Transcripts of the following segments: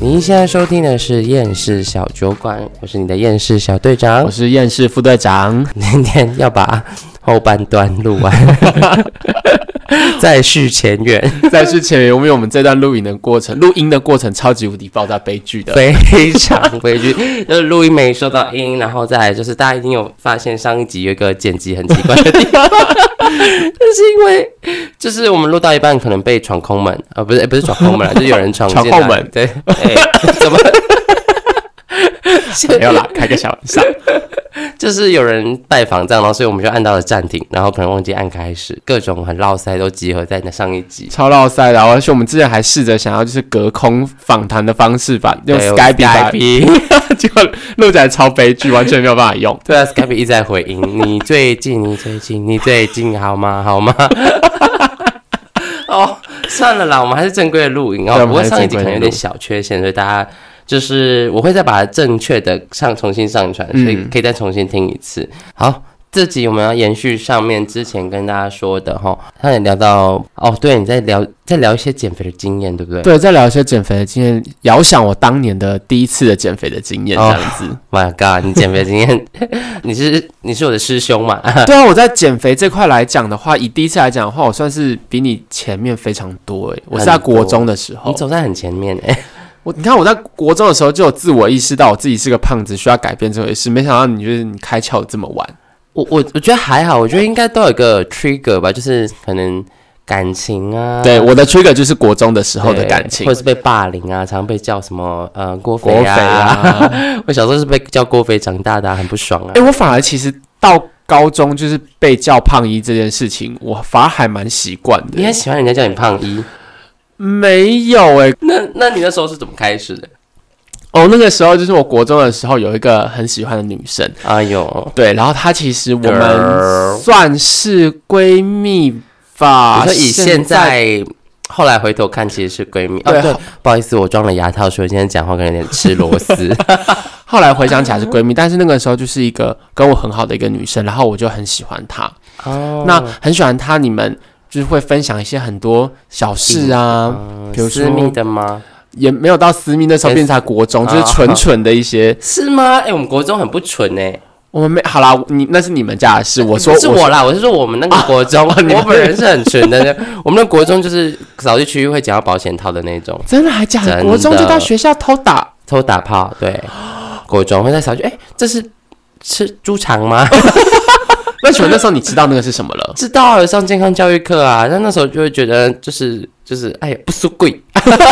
您现在收听的是《厌世小酒馆》，我是你的厌世小队长我。是厌世副队 长，今天要把后半段录 完，再续前缘，在之前有没有我们这段录影的过程？录音的过程超级无敌爆炸悲剧的，非常悲剧。就是录音没收到音，然后再来就是大家一定有发现上一集有一个剪辑很奇怪的地 方，就是因为就是我们录到一半可能被闯空门啊、不是、诶不是闯空门啊，就是有人闯闯进来后门对，哎、怎么？ 没有啦，开个小玩 笑。就是有人拜访这样，然后所以我们就按到了暂停，然后可能忘记按开始，各种很绕塞都集合在那上一集。超绕塞的啊，而且我们之前还试着想要就是隔空访谈的方式吧，用对用 Skype 吧 Skype 结果录起来超悲剧，完全没有办法用。对啊，Skype 一直在回应你最近，你最近，你最近好吗？好吗？ 哦，算了啦，我们还是正规的录影对哦。我不们过还是上一集可正规地能有点小缺陷，所以大家就是我会再把它正确的上重新上传，所以嗯可以再重新听一次。好。这集我们要延续上面之前跟大家说的哈，差点聊到哦，对，你在聊在聊一些减肥的经验，对不对？对，再聊一些减肥的经验，遥想我当年的第一次的减肥的经验，这哦样子。 My God，你减肥经验， 你是你是我的师兄嘛？对啊，我在减肥这块来讲的话，以第一次来讲的话，我算是比你前面非常多诶、欸我是在很多国中的时候你，走在很前面哦哎、我你看我在国中的时候就有自我意识到我自己是个胖子，需要改变这回事。没想到你就是你开窍这么晚，我我我觉得还好，我觉得应该都有一个 trigger 吧，就是可能感情啊，对我的 trigger 就是国中的时对候的感情或。者是被霸凌啊，常被叫什么呃郭国飞肥啊。啊， 我小时候是被叫郭飞长大的、啊，很不爽啊哎、。我反而其实到高中就是被叫胖一这件事情，我反而还蛮习惯你很的。喜欢人家叫你胖一，没有哎、那那你那时候是怎么开始的？哦，那个时候就是我国中的时候有一个很喜欢的女生，哎呦，对，然后她其实我 Girl 们算是闺蜜吧你。说以啊现现在。后来回头看，其实是闺蜜。哦，对对，不好意思，我装了牙套，所以今天讲话可能有点吃螺丝。后来回想起来是闺蜜，但是那个时候就是一个跟我很好的一个女生，然后我就很喜欢她。 哦那很喜欢她，你们就是会分享一些很多小事啊，嗯比如说私密的啊吗？也没有到私密，那时候变成她国中，就是纯纯的一些。是吗？哎、我们国中很不纯哎、我们没好啦，你那是你们家的 事，我说不是我我啦，我是说我们那个国中，哦你们 我本人是很纯的。 我们的国中就是扫地区域会讲到保险套的那种，真的还假真的的？国中就到学校偷 打，偷打炮， 对，国中会在扫地区，哎、这是吃猪肠吗？ 那请问那时候你知道那个是什么了？知道了，上健康教育课啊，但那时候就会觉得就是就是，哎呀，不输贵。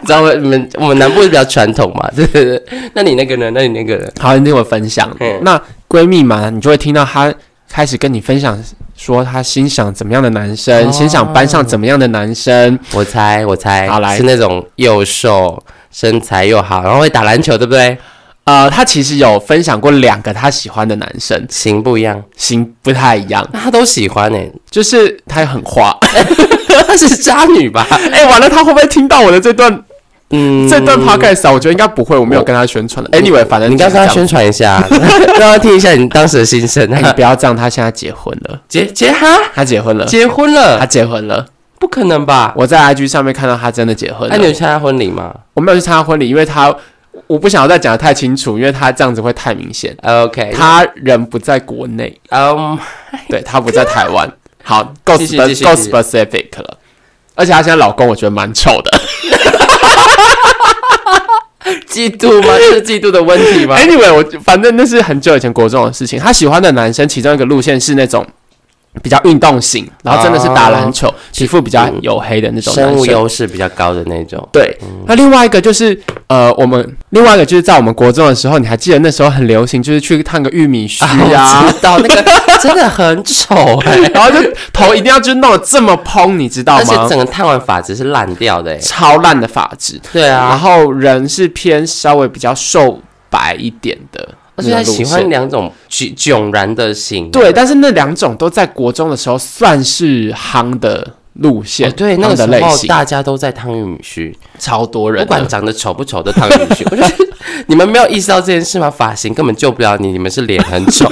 你知道吗？你们我们南部是比较传统嘛， 对对对。那你那个呢？那你那个呢？好，你听我分享嗯。那闺蜜嘛，你就会听到她开始跟你分享，说她欣赏怎么样的男哦生，欣赏班上怎么样的男生，我猜，我猜，好来是那种又瘦、身材又好，然后会打篮球，对不对？呃，他其实有分享过两个他喜欢的男生，型不一样，型不太一样，那他都喜欢哎、就是他很花。 她 是渣女吧？哎、完了，他会不会听到我的这段、嗯，这段 podcast？啊我觉得应该不会，我没有跟他宣传的。Anyway，反正你刚就是这刚样宣传一下， 让他听一下你当时的心声。哎、你不呃要这样，他现在结婚了， 结结哈，他结婚了，结婚他了？结婚了。不可能吧？我在 IG 上面看到他真的结婚那、你有了。去参加婚礼吗我没有去参加婚礼，因为他我不想要再讲的太清楚，因为他这样子会太明显。呃？OK，他人不在国内，嗯，对他不在台湾。 好，够继续 spe- 继续够继续 specific 了。而且她现在老公我觉得蛮丑的。嫉妒 吗？这是嫉妒的问题吗？ Anyway，我就反正那是很久以前国中的事情。她喜欢的男生其中一个路线是那种比较运动型，然后真的是打篮球，皮肤比较黝黑的那种啊生男物生。优势比较高的那种。对，那另外一个就是呃，我们另外一个就是在我们国中的时候，你还记得那时候很流行，就是去烫个玉米 须啊，我啊，知道那个真的很丑哎、 然后就头一定要就弄得这么蓬，你知道而且吗整？个烫完发质是烂掉的、欸。超烂的发质。对然啊，后人是偏稍微比较瘦白一点的，而且他喜欢那种路线两种迥迥然的型。对，但是那两种都在国中的时候算是夯的路线，哦对，那夯个的时类候型大家都在烫玉米 须，超多人不的，管长得丑不丑都烫玉米 须。我觉 得你们没有意识到这件事吗？发型根本救不了你，你们是脸很丑。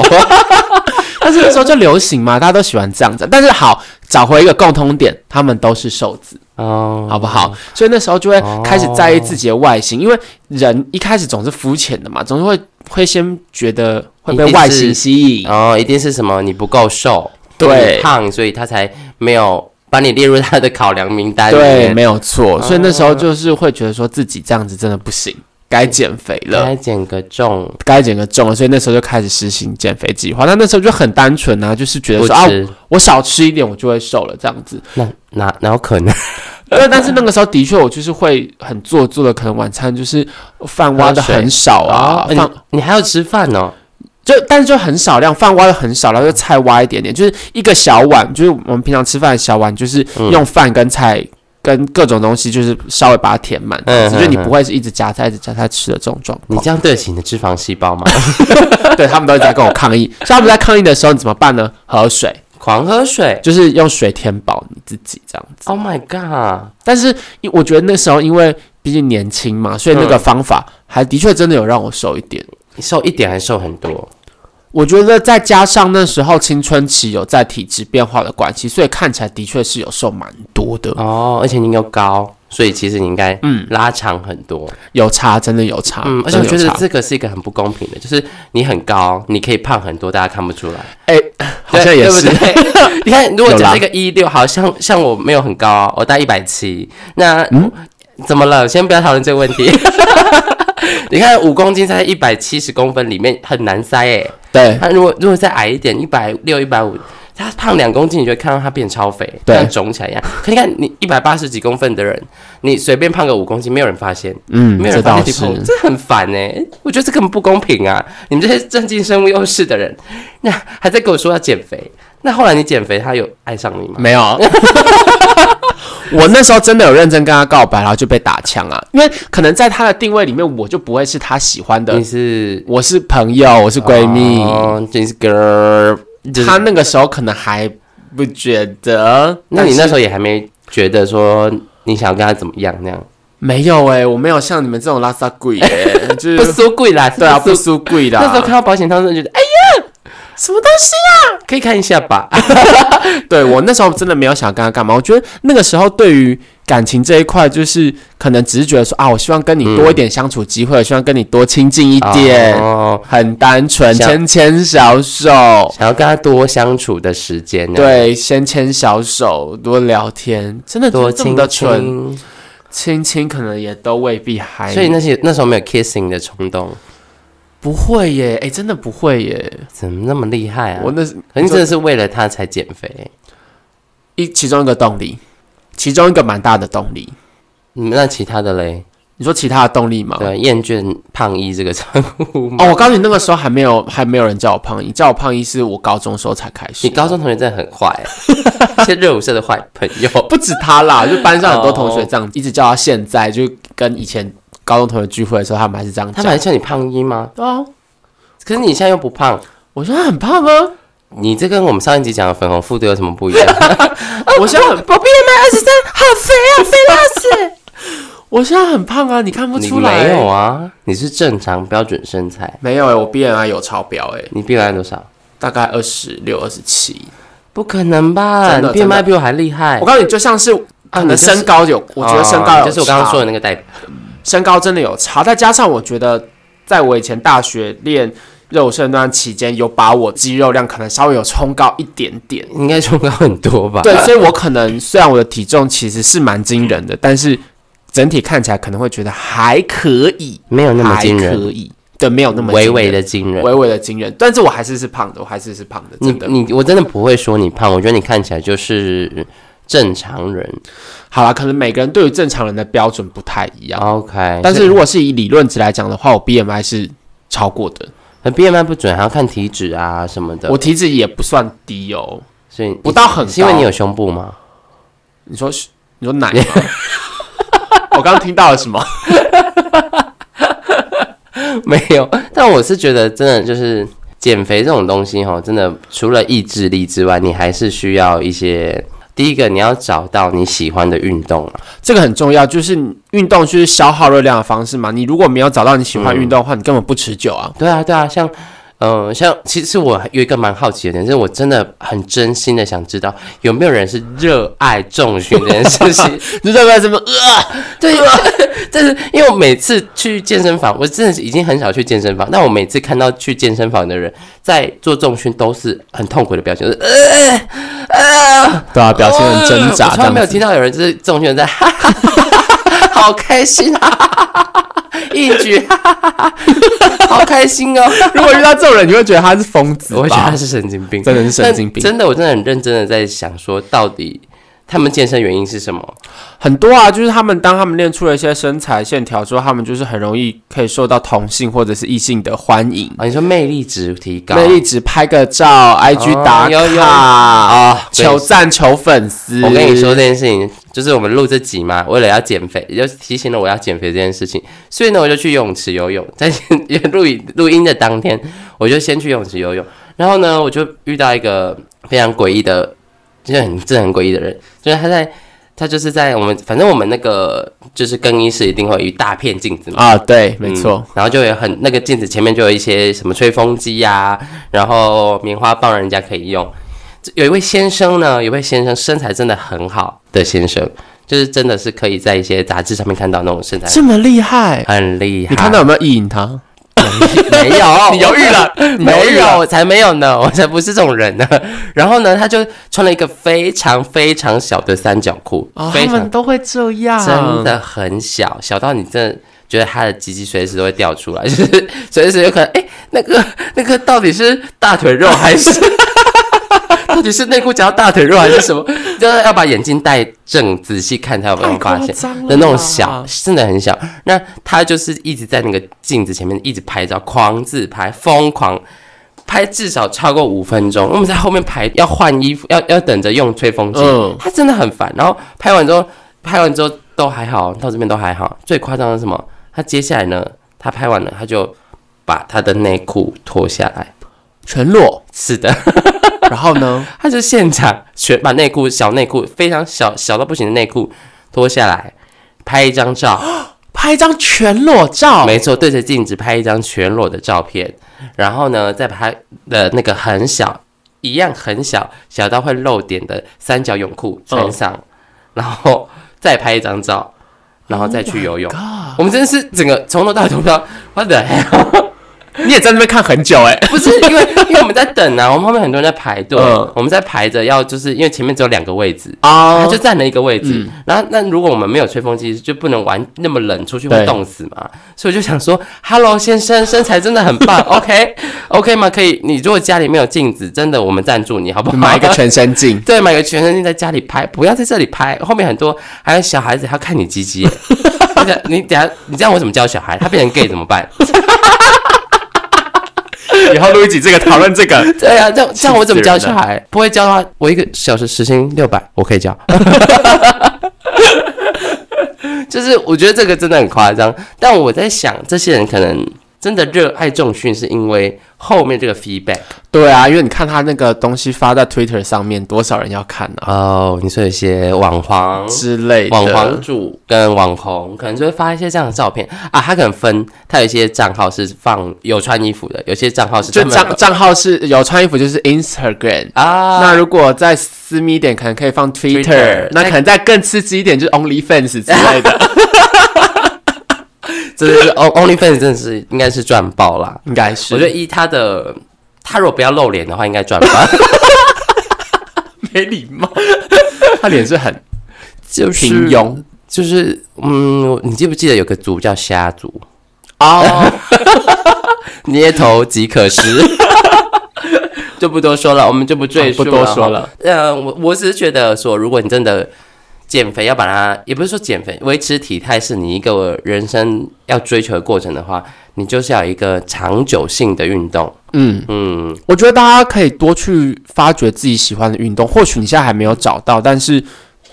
但是那时候就流行嘛，大家都喜欢这样子。但是好，找回一个共通点，他们都是瘦子，哦，好不好？所以那时候就会开始在意自己的外形，因为人一开始总是肤浅的嘛，总是会会先觉得会被外形吸引。哦，一定是什么你不够瘦，对你胖，所以他才没有把你列入他的考量名单里对，面。没有错。所以那时哦候就是会觉得说自己这样子真的不行，该减肥了。该减个重，该减个重了，所以那时候就开始实行减肥计划。那那时候就很单纯啊，就是觉得不说啊，吃，我少吃一点，我就会瘦了这样子。那哪哪有 可能？对，嗯但是那个时候的确，我就是会很做作的，可能晚餐就是饭挖的很少啊，哦饭你你还要吃饭哦？就但是就很少量，饭挖的很少，然后就菜挖一点点，就是一个小碗，就是我们平常吃饭的小碗，就是嗯用饭跟菜。跟各种东西就是稍微把它填满，嗯所以你嗯不会是一直夹菜、一直夹菜吃的这种状你况。这样对得起你的脂肪细胞吗？对他们都一直在跟我抗议，所以他们在抗议的时候，你怎么办呢？喝水，狂喝水就是用水填饱你自己这样子。 ，Oh my god！但是因我觉得那时候因为毕竟年轻嘛，所以那个方法还的确真的有让我瘦一点。你瘦一点还瘦很多，我觉得再加上那时候青春期有在体质变化的关系，所以看起来的确是有瘦蛮多的，哦，而且你又高，所以其实你应该嗯拉长很多，有差，真的有差。嗯，而且我觉啊真得的有差这个是一个很不公平的，就是你很高，你可以胖很多，大家看不出来， 好像也是哎对，对不 对你看，如果有啦讲这个一六，好像像我没有很高、啊，我大一百七，那、嗯怎么了？先不要讨论这个问题。 你看五公斤在一百七十公分里面很难塞欸诶、对他如果如果再矮一点，一百六、一百五，他胖两公斤，你就会看到他变超肥，对像肿起来一样。可你看，你一百八十几公分的人，你随便胖个五公斤，没有人发现，嗯，没有这人发倒现你是胖，这很烦哎、我觉得这根本不公平啊！你们这些正经生物优势的人，那还在跟我说要减肥，那后来你减肥，他有爱上你吗？没有。 我那时候真的有认真跟他告白，然后就被打枪啊，因为可能在他的定位里面，我就不会是他喜欢的你是我是朋友，我是闺蜜。嗯哦你是 girl，就是她那个时候可能还不觉得，那你那但时是候也还没觉得说你想要跟他怎么样那样，没有哎、我没有像你们这种拉萨鬼耶， 就不是输贵啦，对啊，不不输。输贵那时候看啦。到保险套，真的觉得哎呀，什么东西啊？可以看一下吧。对我那时候真的没有想跟他干嘛，我觉得那个时候对于感情这一块，就是可能只是觉得说啊，我希望跟你多一点相处机会，希望跟你多亲近一点，哦，很单纯，想牵牵小手。想要跟他多相处的时间，，啊对，先牵小手，多聊天，真的多就是这亲么的纯，亲。亲亲可能也都未必还，所以那些那时候没有 kissing 的冲动，不会耶，哎、真的不会耶。怎么那么厉害啊？我那是可是真的是为了他才减肥。一其中一个动力，其中一个蛮大的动力。嗯，那其他的嘞？你说其他的动力吗？对，啊厌倦胖一这个称呼吗？哦，我告诉你，那个时候还没有还没有人叫我胖姨，叫我胖姨是我高中时候才开始。你高中同学真的很坏、欸 一些热舞社的坏朋 友。不止他啦，就班上很多同学这样，一直叫到现在，就跟以前高中同学聚会的时候，他们还是这样他讲。们还叫你胖一吗？对啊，可是你现在又不胖，我现在很胖啊，哦你这跟我们上一集讲的粉红腹肚有什么不一 样？我现在很宝贝妹二十三，好肥啊，肥到死！我现在很胖啊，你看不你出来？没有啊，你是正常标准身材。没有哎、我 BMI 有超标哎、你 BMI 多少？大概二十六、二十七。不可能吧？真你的 BMI 比我还厉害啊我。告诉你，就像是可哎你就能是身高有，我觉得身高有哦差、就是我刚刚说的那个代表。身高真的有差，再加上我觉得，在我以前大学练肉身那段期间，有把我肌肉量可能稍微有冲高一点点。应该冲高很多吧？ 对，所以我可能虽然我的体重其实是蛮惊人的，但是整体看起来可能会觉得还可以，没有那么还惊人，可以，对，没有那么微惊微人的惊人。微微的惊人，但是我还是是胖的，我还是是胖的，你真的。你我真的不会说你胖，我觉得你看起来就是正常人。好了，可能每个人对于正常人的标准不太一样， OK，但是如果是以理论值来讲的话，我 BMI 是超过的，很 BMI 不准，还要看体脂啊什么的。我体脂也不算低哦。所以不到很高是因为你有胸部吗？你说是你说奶吗？ 我刚刚听到了什么？ 没有，但我是觉得真的就是减肥这种东西哈，真的除了意志力之外，你还是需要一些。第一个，你要找到你喜欢的运动啊， 这个很重要，就是你运动嗯就是消耗热量的方式嘛。你如果没有找到你喜欢运动的话，你根本不持久啊。对啊，对啊，像嗯，像其实我有一个蛮好奇的点，就是我真的很真心的想知道有没有人是热爱重训这件事情。 你知道为什么？呃， 对，但是因为我每次去健身房，我真的是已经很少去健身房，但我每次看到去健身房的人在做重训，都是很痛苦的表情，就是呃呃，对啊，表情很挣哦我扎，这从来没有样听子。到有人就是重训在 哈哈哈哈，好开心啊， 一举 哈哈哈哈，好开心 哦。如果遇到这种人，你会觉得他是疯子吧，我会觉得他是神经病，真的是神经病但真的，我真的很认真的在想说，到底他们健身原因是什么？很多啊，就是他们当他们练出了一些身材线条之后，他们就是很容易可以受到同性或者是异性的欢迎。啊，你说魅力值提高，魅力只拍个照，IG 哦打有有卡，啊，对求赞求粉丝。我跟你说这件事情，就是我们录这集嘛，为了要减肥，也就是提醒了我要减肥这件事情，所以呢，我就去游泳池游泳。 在录影录音的当天，我就先去游泳池游泳，然后呢，我就遇到一个非常诡异的，就是很真的很诡异的人，就是他在他就是在我们反正我们那个就是更衣室一定会有一大片镜子嘛。啊，对，没错嗯，然后就有很那个镜子前面就有一些什么吹风机呀、然后棉花棒人家可以用。这有一位先生呢，有一位先生身材真的很好的先生，就是真的是可以在一些杂志上面看到那种身材这么厉害，很厉害。你看到有没有意淫他？没有？ 你犹豫了，你犹没豫有，了。我才没有呢，我才不是这种人呢。然后呢，他就穿了一个非常非常小的三角裤，哦，非他常们都会这样，真的很小，小到你真的觉得他的鸡鸡随时都会掉出来， 就是随时有可能，哎、那个那个到底是大腿肉还是 到底是内裤夹到大腿肉还是什么？就是要把眼镜戴正，仔细看才有办太法发夸现。张了的那种小，真的很小。那他就是一直在那个镜子前面一直拍照，狂自拍，疯狂拍，至少超过五分钟。我们在后面排要换衣服，要要等着用吹风机，嗯他真的很烦。然后拍完之后，拍完之后都还好，到这边都还好。最夸张的是什么？他接下来呢？他拍完了，他就把他的内裤脱下来。全裸。是的， 然后 呢？他就现场全把内裤、小内裤，非常小小到不行的内裤脱下来，拍一张照。拍一张全裸照，没错，对着镜子拍一张全裸的照片，然后呢，再把它的那个很小，一样很小，小到会露点的三角泳裤穿上，然后再拍一张照，然后再去游 Oh 泳。啊我们真的是整个从头到尾都不知道 what the hell，你也在那边看很久哎、欸，不是因为因为我们在等啊，我们后面很多人在排队，嗯我们在排着要就是因为前面只有两个位置，啊他就占了一个位置。嗯然后，那如果我们没有吹风机，就不能玩那么冷，出去会对冻死嘛。所以我就想说，Hello 先生，身材真的很 棒，OK OK 吗？可以，你如果家里没有镜子，真的我们赞助你好不好？，买一个。全身 镜对，买个全身镜在家里拍，不要在这里拍。后面很多还有小孩子，他看你鸡鸡耶， 你等你等下你这样我怎么教小孩？他变成 gay 怎么办？ 以后录一集这个讨论这个， 对啊，这样这样我怎么教气死小人孩？不会教他，我一个小时时薪六百，我可以教。 就是我觉得这个真的很夸张，但我在想，这些人可能真的热爱重训，是因为后面这个 feedback。对啊，因为你看他那个东西发在 Twitter 上面，多少人要看啊哦，你说有些网黄。之类的，网黄主跟网红可能就会发一些这样的照片啊，他可能分，他有一些账号是放有穿衣服的，有些账号是就专门账账号是有穿衣服，就是 Instagram。啊，那如果再私密一点，可能可以放呃 Twitter，, Twitter 那可能再更刺激一点，就是 OnlyFans 之类 的，真的是 On- 哦 OnlyFans 真的是应该是赚爆啦，应该是。我觉得依他的，他如果不要露脸的话，应该赚吧。 没礼貌，他脸是很就是平庸就是嗯，你记不记得有个族叫虾族？ 哦，捏头即可 食，就不多说了，我们就不赘述啊了、不多说。了。呃，我我只是觉得说，如果你真的减肥，要把它也不是说减肥，维持体态是你一个人生要追求的过程的话，你就是要有一个长久性的运动。嗯，嗯，我觉得大家可以多去发掘自己喜欢的运动，或许你现在还没有找到，但是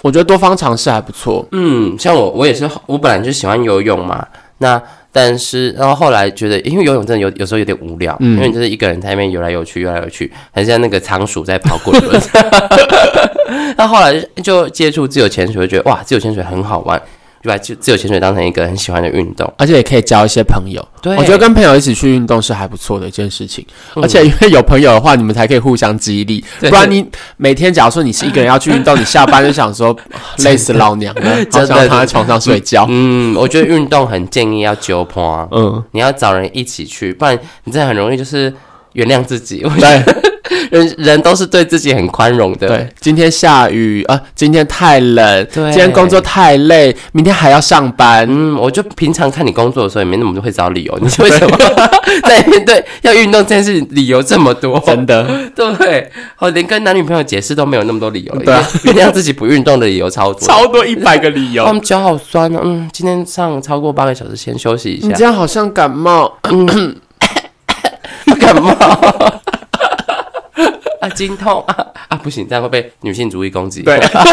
我觉得多方尝试还不错。嗯，像我，我也是，我本来就喜欢游泳嘛。那但是，然后后来觉得，因为游泳真的有有时候有点无聊，嗯因为你就是一个人在那边游来游去，游来游去，很像那个仓鼠在跑滚轮。那后来就接触自由潜水，就觉得哇，自由潜水很好玩。对吧？就自由潜水当成一个很喜欢的运动。而且也可以交一些朋友。对我觉得跟朋友一起去运动是还不错的一件事情，而且因为有朋友的话，你们才可以互相激励。对不然你每天假如说你是一个人要去运动，你下班就想 说啊累死老娘了，好的想躺在床上睡觉。嗯，我觉得运动很建议要揪团啊，嗯，你要找人一起去，不然你真的很容易就是原谅自己。我 觉嗯对得人人都是对自己很宽容的。对，今天下雨啊、今天太冷，对今天工作太累，明天还要上班。嗯，我就平常看你工作的时候，也没那么会找理 由。你是为什么在面对要运动这件事，理由这么多？真的，对不对？哦，连跟男女朋友解释都没有那么多理由了。对啊原谅自己不运动的理由超多。超多一百个理哦，我由。们脚好酸哦。嗯，今天上超过八个小时，先休息一你下这。样好像感冒，感冒 啊，经痛 啊啊，不行，这样会被女性主义攻击。 对，啊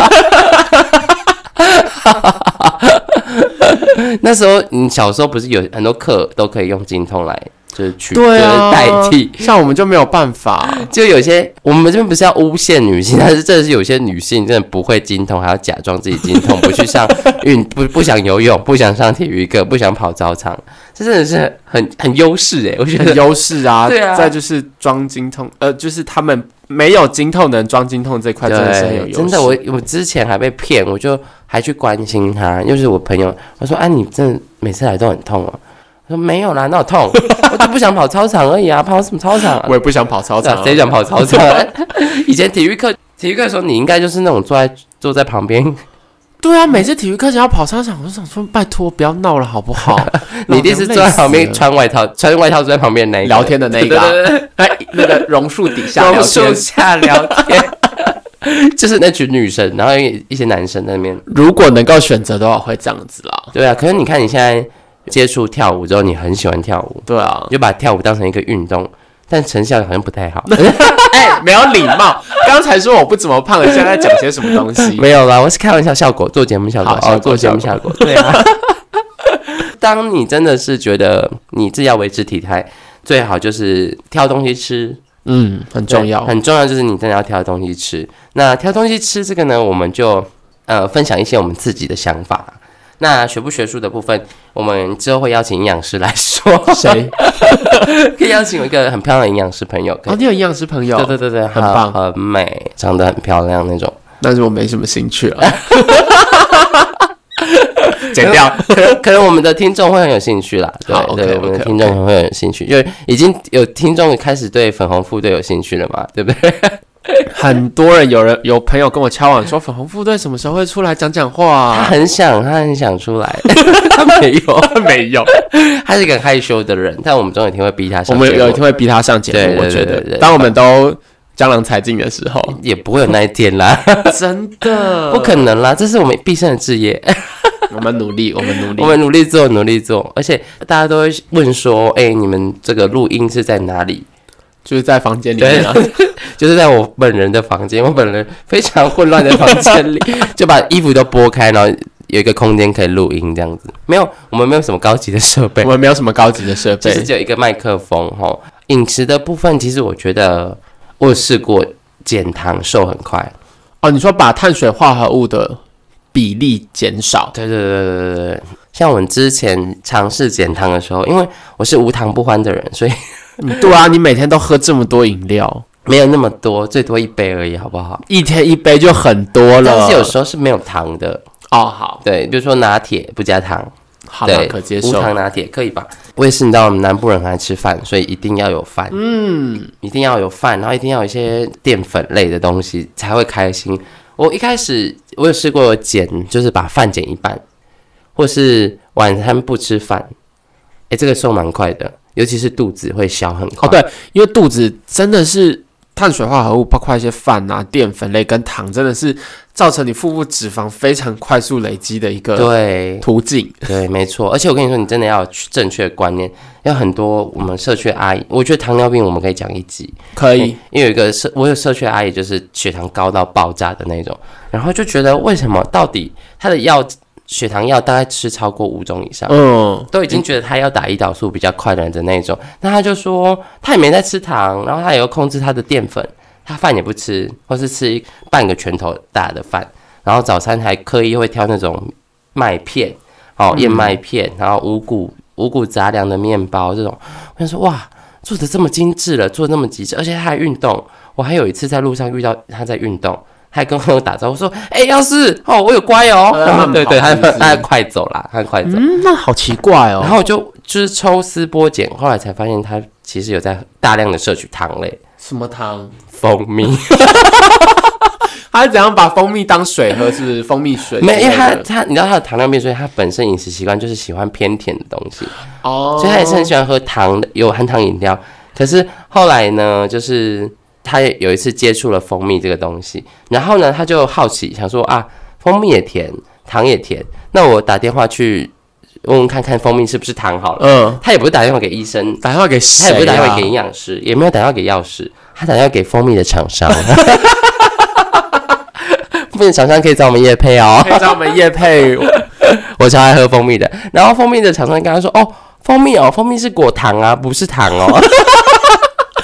那时候你小时候不是有很多课都可以用经痛来就是取对啊， 就是代替，像我们就没有办法。就有些我们这边不是要诬陷女性，但是真的是有些女性真的不会经痛，还要假装自己经痛，不去 上运，不不想游泳，不想上体育课，不想跑操场，这真的是很很优势欸诶，我觉 很得。优势啊。对啊再就是装精通，呃，就是他们没有精通的人装精通这块真的是很有对，优势。真的，我我之前还被骗，我就还去关心他，又是我朋友，我说啊，你真的每次来都很痛哦、他说没有啦，哪有 痛？我就不想跑操场而已啊，跑什么操场、啊我？也不想跑操场、谁想跑操场？ 以前体育课，体育课的时候，你应该就是那种坐在坐在旁边，？对啊，每次体育课只要跑操场，我就想说，拜托不要闹了好不 好你一定是坐在旁边穿外套，穿外套坐在旁边那一个聊天的那一个啊对对对对哎，那个榕树底下榕聊树天。下聊天，就是那群女生，然后一一些男生在那边。 如果能够选择的话，我会这样子啦。对啊，可是你看你现在接触跳舞之后，你很喜欢跳舞，对啊你，就把跳舞当成一个运动，但成效好像不太好。哎，没有礼貌。刚才说我不怎么胖了，现在在讲些什么东西？ 没有啦，我是开玩笑，效果做节目效果好，效哦，果做节目效果，对啊。 当你真的是觉得你自己要维持体态，最好就是挑东西吃，嗯，很对重要。很重要就是你真的要挑东西吃。那挑东西吃这个呢，我们就呃分享一些我们自己的想法。那学不学术的部分，我们之后会邀请营养师来说， 谁？可以邀请我一个很漂亮的营养师朋友，可以哦，你有营养师朋友对，对对对，很好棒很美，长得很漂亮那种。但是我没什么兴趣啊 了。剪掉。可能可能我们的听众会很有兴趣啦，对好对 OK，我们的 OK，听众会很有兴趣，就是已经有听众开始对粉红副队有兴趣了嘛，对不对？很多人有人有朋友跟我敲碗说，粉红副队什么时候会出来讲讲话、他啊？很想，他很想出 来，他没 有，没有，他是一个很害羞的人，但我们总有一天会逼他 我上们有节有一目，天会逼他上节目。对对我觉得对对对当我们都江郎才尽的时 候，也不会有那一天啦，真的不可能啦，这是我们毕生的志业， 我们努力，我们努力我。们努力做，努力做，而且大家都会问说，哎、你们这个录音是在哪里？就是在房间里面、啊，就是在我本人的房间，我本人非常混乱的房间里，就把衣服都拨开，然后有一个空间可以录音这样子。没有，我们没有什么高级的设备我，们没有什么高级的设其实备。只有一个麦克风吼。饮食的部分，其实我觉得我有试过减糖瘦很快。哦，你说把碳水化合物的比例减少，对对对对对对，像我们之前尝试减糖的时候，因为我是无糖不欢的人，所以嗯对啊，你每天都喝这么多饮料，没有那么多，最多一杯而已，好不好？一天一杯就很多了。但是有时候是没有糖的，哦，好，对，比如说拿铁不加糖。好啦对，可接无受。糖拿铁可以吧？我也是，你知道我们南部人很爱吃饭，所以一定要有饭，嗯，一定要有饭，然后一定要有一些淀粉类的东西才会开心。我一开始我有试过减，就是把饭减一半，或是晚餐不吃饭，哎，这个瘦蛮快的，尤其是肚子会消很快。哦，，对，因为肚子真的是碳水化合物，包括一些饭啊、淀粉类跟糖，真的是造成你腹部脂肪非常快速累积的一个对，途径。对，没错。而且我跟你说，你真的要有正确的观念，要很多我们社区的阿姨，我觉得糖尿病我们可以讲一集，可对以，因为有一个社，我有社区的阿姨，就是血糖高到爆炸的那种，然后就觉得为什么到底她的药血糖药大概吃超过五种以上，嗯，都已经觉得她要打胰岛素比较快的人的那种，那她就说她也没在吃糖，然后她也要控制她的淀粉，她饭也不吃，或是吃一半个拳头大的饭，然后早餐还刻意会挑那种麦片，嗯哦，燕麦片，然后五谷五谷杂粮的面包这种，我想说哇，做的这么精致了，做得那么极致，而且他还运动。我还有一次在路上遇到他在运动，他还跟我打招呼说：“哎、要是哦，我有乖哦。他在慢 跑对对，他是不是他快走啦，他快走。嗯，那好奇怪然哦。后我就就是抽丝剥茧，后来才发现他其实有在大量的摄取糖类、什么糖？蜂 蜜。他是怎样把蜂蜜当水喝？是不是蜂蜜水之类的？没，因为他他你知道他的糖尿病，所以他本身饮食习惯就是喜欢偏甜的东西，哦，所以他也是很喜欢喝糖的，有含糖饮料。可是后来呢，就是他有一次接触了蜂蜜这个东西，然后呢，他就好奇想说啊，蜂蜜也甜，糖也甜，那我打电话去问问看看蜂蜜是不是糖好了。嗯，他也不是打电话给医生，打电话给他也不谁是打电啊话给？营养师，也没有打电话给药师，他打电话给蜂蜜的厂商。 蜂蜜厂商可以找我们叶配哦，可以找我们叶佩，我超爱喝蜂蜜的。然后蜂蜜的厂商跟他说：“哦，蜂蜜哦，蜂蜜是果糖啊，不是糖哦。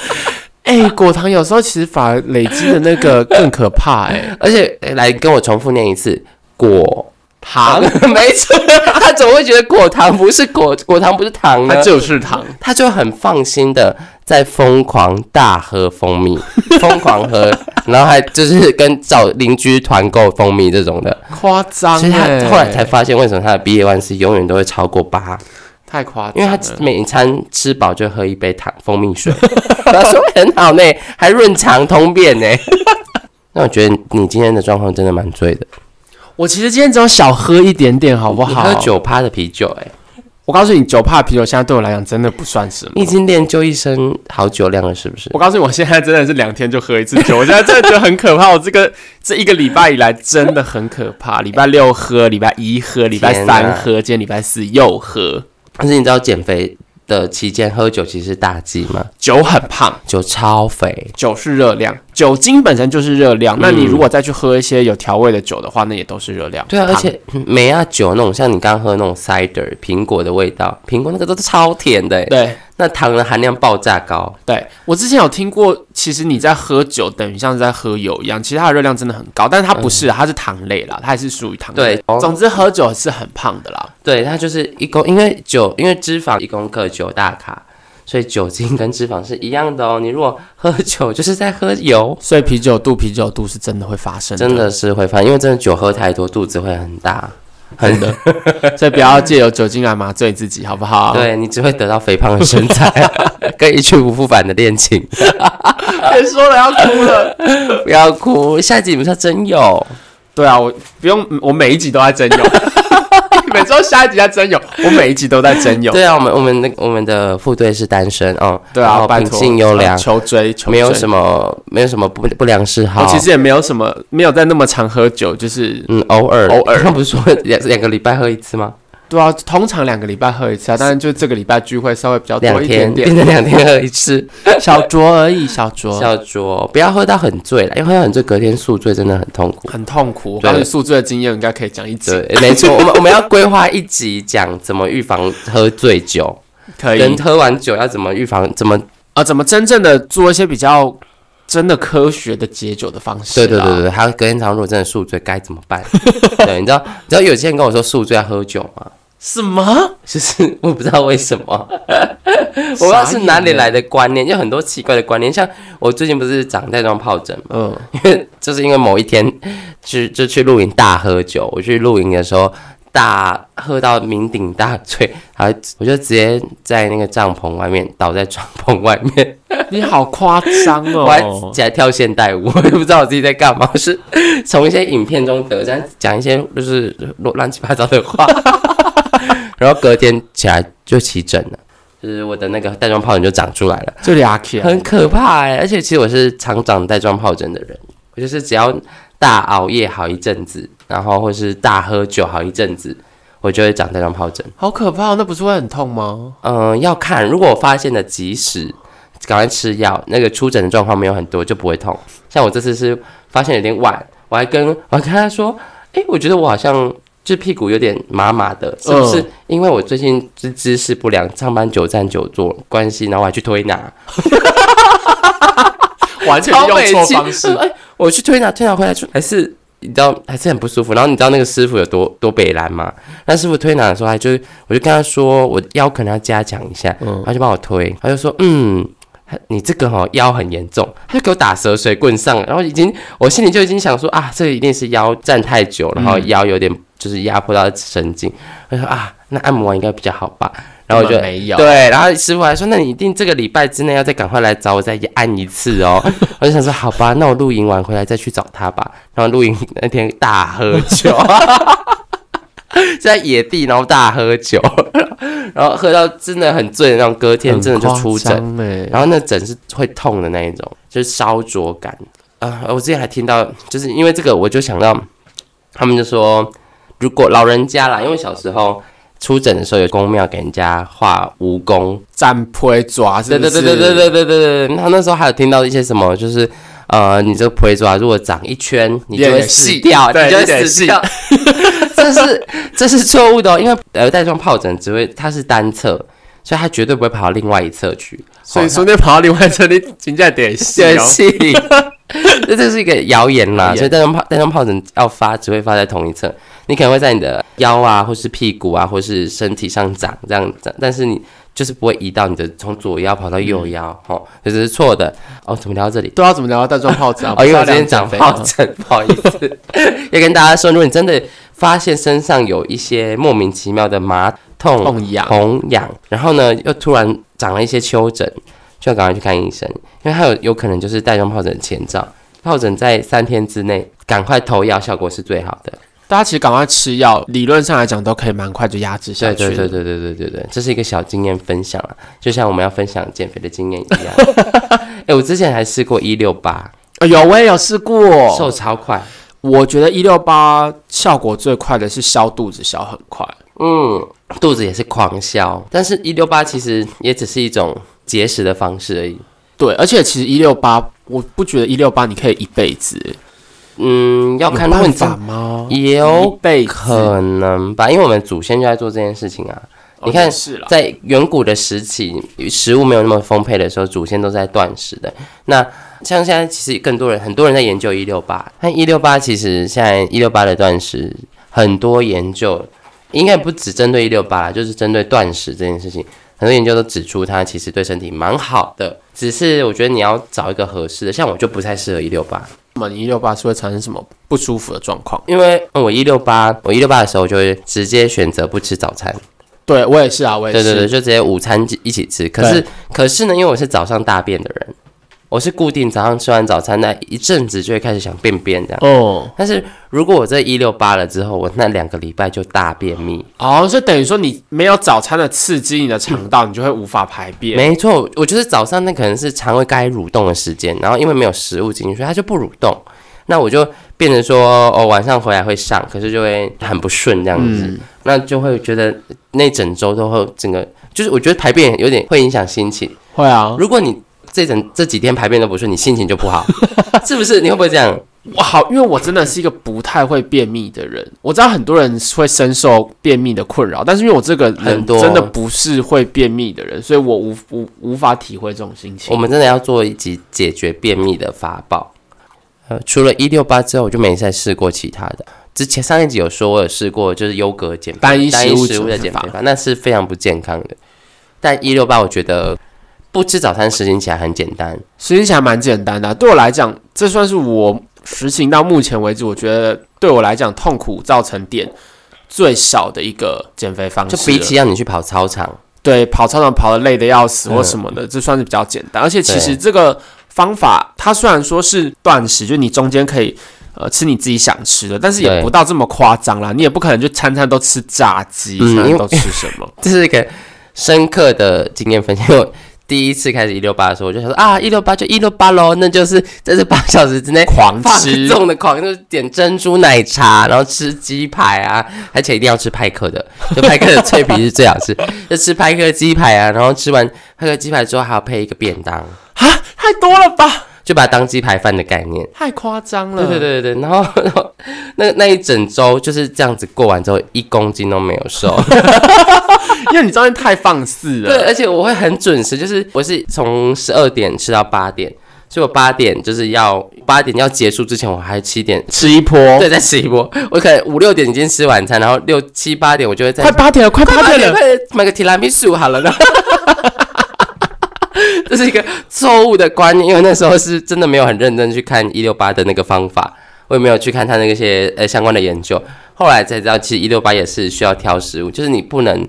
哎、果糖有时候其实反而累积的那个更可怕哎、”而且诶来跟我重复念一次，果啊糖，， 没错。他怎么会觉得果糖不是果果糖不是糖呢？它就是糖。他就很放心的在疯狂大喝蜂蜜，疯狂喝，然后还就是跟找邻居团购蜂蜜这种的。夸张、欸，所以他后来才发现，为什么他的 BA one 是永远都会超过八，太夸张了，因为他每餐吃饱就喝一杯糖蜂蜜水， 他说很好呢，还润肠通便呢。 那我觉得你今天的状况真的蛮醉的，我其实今天只有小喝一点点，好不你好？喝，九趴的啤酒、哎，我告诉你，九帕啤酒现在对我来讲真的不 算什么。你已经练就一身好酒量了，是不是？我告诉你，我现在真的是两天就喝一次酒，我现在真的觉得很可怕。我这个 这一个礼拜以来真的很可 怕，礼拜六喝，礼拜一喝，礼拜三喝，今天礼拜四又喝，但是你知道减肥的期间喝酒其实是大忌吗？酒很胖，酒超肥，酒是热量，酒精本身就是热量。那你如果再去喝一些有调味的酒的话，那也都是热量。嗯对啊，而胖且梅亚酒那种像你刚喝那种 cider 苹果的味道，苹果那个都是超甜的、哎对。那糖的含量爆炸高。对我之前有听过，其实你在喝酒，等于像是在喝油一样，其实它的热量真的很高，但是它不是，它是糖类啦，它还是属于糖类。对哦总之喝酒是很胖的啦。对，它就是一公，因为酒，因为脂肪一公克九大卡，所以酒精跟脂肪是一样的哦。你如果喝酒，就是在喝油，所以啤酒肚，啤酒肚是真的会发生真的是会犯，因为真的酒喝太多，肚子会很 大，很的，所以不要借由酒精来麻醉自己，好不好？，对你只会得到肥胖的身材， 跟一去不复返的恋情。别说了，要哭了。不要哭，下集我们是要真有，对啊，我不用，我每一集都在真 有，每周下一集在真有，我每一集都在真有。对啊，我们我们那我们的副队是单身哦，对然啊，后拜品托，性优良，求追，求追。没有什么没有什么不不良嗜好，我其实也没有什么，没有在那么常喝酒，就是嗯偶尔偶尔他 不是说两两个礼拜喝一次吗？对啊，通常两个礼拜喝一次啊，但是就这个礼拜聚会稍微比较两哦多一天点变点， 成两天喝一次，小酌而已，小酌。小酌，不要喝到很醉了，因为喝到很醉，隔天宿醉真的很痛苦。很痛苦，我对告诉你，宿醉的经验应该可以讲一集，对，没错，我们我们要规划一集讲怎么预防喝醉酒，可以人喝完酒要怎么预防，怎么啊，怎么真正的做一些比较真的科学的解酒的方式对啊？对对对，还有隔天早上如果真的宿醉该怎么 办？对，你知道你知道有些人跟我说宿醉要喝酒吗？什么？就是 我不知道为什么，我不知道是哪里来的观念，就很多奇怪的观念。像我最近不是长带状疱疹嘛，嗯，因为 就是因为某一天去就去露营大喝酒，我去露营的时候大喝到酩酊大醉，然后我就直接在那个帐篷外面倒在帐篷外面，你好夸张我还哦！起来跳现代舞，我也不知道我自己在干嘛，是从一些影片中得知，讲一些就是乱乱七八糟的话，然后隔天起来就起疹了。就是我的那个带状疱疹就长出来了，就俩 K 很可怕哎、而且其实我是常长带状疱疹的人，我就是只要大熬夜好一阵子，然后或是大喝酒好一阵子，我就会长带状疱疹。好可怕哦，那不是会很痛吗？嗯、要看如果我发现的及时，赶快吃药，那个出疹的状况没有很多，就不会痛。像我这次是发现有点晚，我还跟我还跟他说，诶，我觉得我好像。这屁股有点麻麻的，是不是？因为我最近姿姿势不良，上班久站久坐关系，然后我还去推拿，完全超用美错气方式，哎，我去推拿，推拿回来就还是你知道还是很不舒服。然后你知道那个师傅有多多北蓝吗？那师傅推拿的时候，还就是我就跟他说我腰可能要加强一下，他就帮我推，他就说嗯。他你这个哈、腰很严重，他就给我打蛇随棍上，然后已经我心里就已经想说啊，这一定是腰站太久，然后腰有点就是压迫到神经。他说啊，那按摩应该比较好吧？然后我就根本没有对，然后师傅还说，那你一定这个礼拜之内要再赶快来找我再按一次哦。 我就想说，好吧，那我露营完回来再去找他吧。然后露营那天大喝酒， 在野地然后大喝酒，然后喝到真的很醉的那种，隔天真的就出诊，哎，然后那疹是会痛的那一种，就是烧灼感啊、我之前还听到，就是因为这个，我就想到他们就说，如果老人家啦，因为小时候出诊的时候有公庙给人家画蜈蚣，站坡抓是对不对是？对对对对对对对。那那时候还有听到一些什么，就是呃，你这个腿爪如果长一圈，你就有会点死细掉，对你就有会点死掉。这是这是错误的、哦，因为呃带状疱疹只会它是单侧，所以它绝对不会跑到另外一侧去。所以说那跑到另外一侧，你评价点 细对哦。气，这这是一个谣言谣啦，言所以带状疱带状疱疹要发，只会发在同一侧。你可能会在你的腰啊，或是屁股啊，或是身体上长这样长，但是你就是不会移到你的从左腰跑到右腰，哦，这是错的。哦，怎么聊到这里？对啊，怎么聊到带状疱疹啊？哦，因为我不今是要天聊长疱减肥吗疹， 不好意思，要跟大家说，如果你真的发现身上有一些莫名其妙的麻痛、痛痒红痒，然后呢又突然长了一些丘疹，就要赶快去看医生，因为它有有可能就是带状疱疹的前兆。疱疹在三天之内赶快投药，效果是最好的。大家其实赶快吃药，理论上来讲都可以蛮快就压制下对去。对对对对对对对，这是一个小经验分享啊，就像我们要分享减肥的经验一样。 哎、我之前还试过一六八，哎呦，有我也有试过。瘦超快。我觉得一六八效果最快的是消肚子，消很快。嗯，肚子也是狂消，但是一六八其实也只是一种节食的方式而已。对，而且其实一六八，我不觉得一六八你可以一辈子，嗯，要看有办问法法，吗？有一辈子，可能吧，因为我们祖先就在做这件事情啊。你哦也看是啦，在远古的时期，食物没有那么丰沛的时候，祖先都在断食的。那像现在，其实更多人，很多人在研究一六八。但一六八其实现在一六八的断食，很多研究应该不只针对一六八，就是针对断食这件事情，很多研究都指出它其实对身体蛮好的。只是我觉得你要找一个合适的，像我就不太适合一六八，那么你一六八是会产生什么不舒服的状况？因为嗯我一六八，我一六八的时候就会直接选择不吃早餐。对我也是啊，我也对是。对对，就直接午餐一起吃。可是可是呢，因为我是早上大便的人，我是固定早上吃完早餐那一阵子就会开始想便便这样。哦，但是如果我这一六八了之后，我那两个礼拜就大便秘。哦，所以等于说你没有早餐的刺激，你的肠道你就会无法排便。没错，我就是早上那可能是肠胃该蠕动的时间，然后因为没有食物进去，它就不蠕动。那我就变成说，哦，晚上回来会上，可是就会很不顺这样子，那就会觉得那整周都会整个，就是我觉得排便有点会影响心情。会啊，如果你这整这几天排便都不顺，你心情就不好，是不是？你会不会这样？我好，因为我真的是一个不太会便秘的人。我知道很多人会深受便秘的困扰，但是因为我这个人很多真的不是会便秘的人，所以我无无无法体会这种心我情。们真的要做一集解决便秘的法宝。呃，除了一六八之后，我就没再试过其他的。之前上一集有说，我有试过就是优格减肥单一单食一物食物的减减肥肥法法，那是非常不健康的。但一六八，我觉得不吃早餐实行起来很简单。实行起来蛮简单的啊、对我来讲，这算是我实行到目前为止，我觉得对我来讲痛苦造成点最少的一个减肥方式就了。比起让你去跑操场，对，跑操场跑得累得要死或嗯什么的，这算是比较简单。而且其对实这个方法，它虽然说是断食，就你中间可以呃吃你自己想吃的，但是也对不到这么夸张啦。你也不可能就餐餐都吃炸鸡，嗯餐因餐为都吃什 么。这是一个深刻的经验分享。因为我第一次开始一六八的时候，我就想说啊，一六八就一六八喽，那就是在这八小时之内狂放吃纵的狂，就是点珍珠奶茶，然后吃鸡排啊，而且一定要吃派克的，就派克的脆皮是最好吃，就吃派克鸡排啊，然后吃完派克鸡排之后还要配一个便当，啊，太多了吧，就把它当鸡排饭的概念。太夸张 了。对对对对对，然后然后那那一整周就是这样子过完之后，一公斤都没有瘦。 对，因为你中间太放肆对，了。而且我会很准时，就是我是从十二点吃到八点，所以我八点就是要八点要结束之前，我还七点吃一波，对再吃一波，我可能五六点已经吃晚餐，然后六七八点我就会在快八点了，快八点了，快点买个提拉米苏好了。然 后这是一个错误的观念，因为那时候是真的没有很认真去看一六八的那个方法，我也没有去看他那些呃相关的研究。后来才知道，其实一六八也是需要挑食物，就是你不能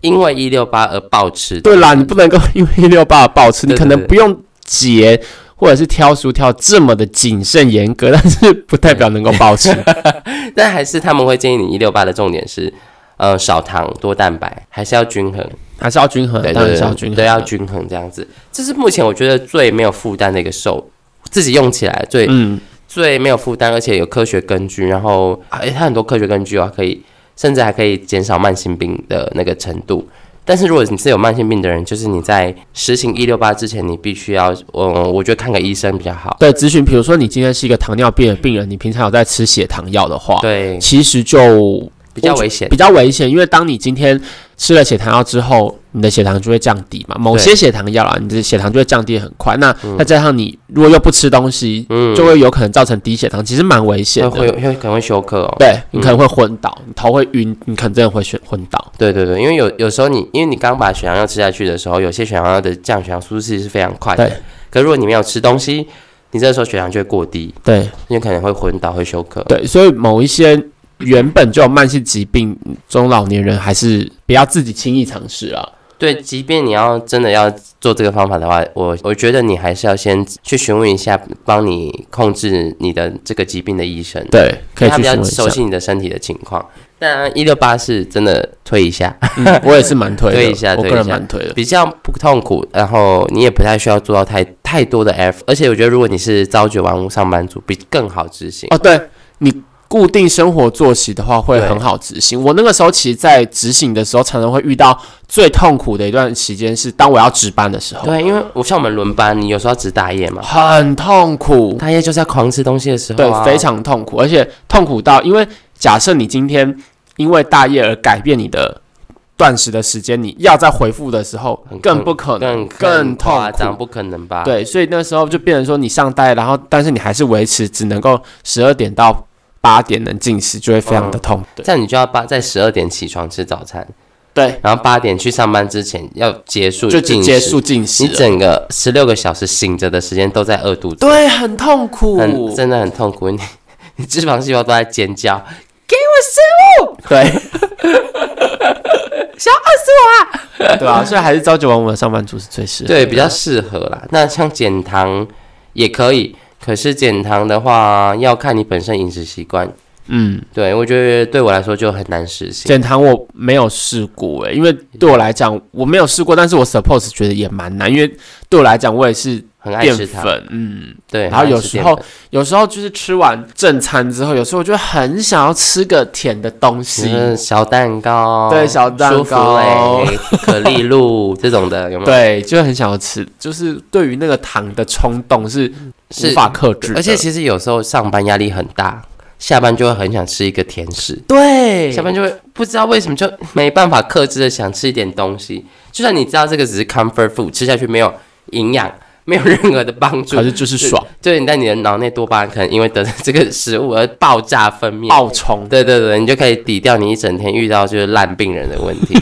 因为一六八而暴吃。对啦，你不能够 因为一六八暴吃，你对可能对对不用节或者是挑食物挑这么的谨慎严格， 但是不代表能够暴吃。 但还是他们会建议你一六八的重点是，呃，少糖多蛋白，还是要均衡。还是要均衡，啊对当对然对，是要均衡，对，要均衡这样子。这是目前我觉得最没有负担的一个瘦，自己用起来最、嗯，最没有负担，而且有科学根据，然后哎、它很多科学根据啊，可以甚至还可以减少慢性病的那个程度。但是如果你是有慢性病的人，就是你在实行一六八之前，你必须要，嗯，我觉得看个医生比较好。对，咨询，比如说你今天是一个糖尿病的病人，你平常有在吃血糖药的话，对，其实就比较危险比。较危险，因为当你今天吃了血糖药之后，你的血糖就会降低嘛，某些血糖药啊啦，你的血糖就会降低得很快。那再加上你如果又不吃东西，嗯，就会有可能造成低血糖，其实蛮危险会的。会会可能会休克哦。对你可能会昏倒，你头会晕，你可能真的会昏昏倒。对对对，因为有有时候你因为你刚把血糖药吃下去的时候，有些血糖药的降血糖速度其实是非常快对的。可如果你没有吃东西，你这时候血糖就会过低，对你可能会昏倒、会休克。对，所以某一些原本就有慢性疾病中老年人，还是不要自己轻易尝试啊。对，即便你要真的要做这个方法的话，我我觉得你还是要先去询问一下帮你控制你的这个疾病的医生，对，可以因为他去比较询问一下熟。悉你的身体的情况。那一六八是真的推一下，嗯我也是蛮推的，推一下我个推一人下蛮推的。比较不痛苦，然后你也不太需要做到太太多的 F，而且我觉得如果你是朝九晚五上班族，比更好执行。哦，对你固定生活作息的话，会对很好执行。我那个时候其实，在执行的时候，常常会遇到最痛苦的一段时间是当我要值班的时候，对，因为我像我们轮班，你有时候要值大夜嘛，很痛苦，大夜就是要狂吃东西的时候、对啊，，非常痛苦，而且痛苦到，因为假设你今天因为大夜而改变你的断食的时间，你要再回复的时候很更不可能，更更夸痛张，苦。不可能吧？对，所以那时候就变成说，你上大夜，然后但是你还是维持只能够十二点到八点能进食，就会非常的痛苦。对这样你就要八在十二点起床吃早餐，对，然后八点去上班之前要结束就进只食结，束进食你了，整个十六个小时醒着的时间都在饿肚子，对，很痛苦，很真的很痛苦，你 你脂肪细胞都在尖叫， 对，想饿死我啊，对啊，所以还是朝九晚五的上班族是最适合的。对，比较适合啦。那像减糖也可以，可是减糖的话要看你本身饮食习惯，嗯，对我觉得对我来说就很难实行。减糖我没有试过欸诶、因为对我来讲我没有试过，但是我 suppose 觉得也蛮难，因为对我来讲我也是很爱淀吃糖，粉，嗯，对。然后很爱有吃时淀候粉有时候就是吃完正餐之后，有时候我就很想要吃个甜的东西，嗯小蛋糕，对小蛋舒芙糕蕾、可丽 露这种的有没有？对，就很想要吃，就是对于那个糖的冲动是是无法克制的，而且其实有时候上班压力很大，下班就会很想吃一个甜食，对下班就会不知道为什么就没办法克制的想吃一点东西。就算你知道这个只是 comfort food，吃下去没有营养，没有任何的帮助可，是就是爽，就是你在你的脑内多巴胺可能因为得到这个食物而爆炸分泌。爆冲，对对对，你就可以抵掉你一整天遇到就是烂病人的问题。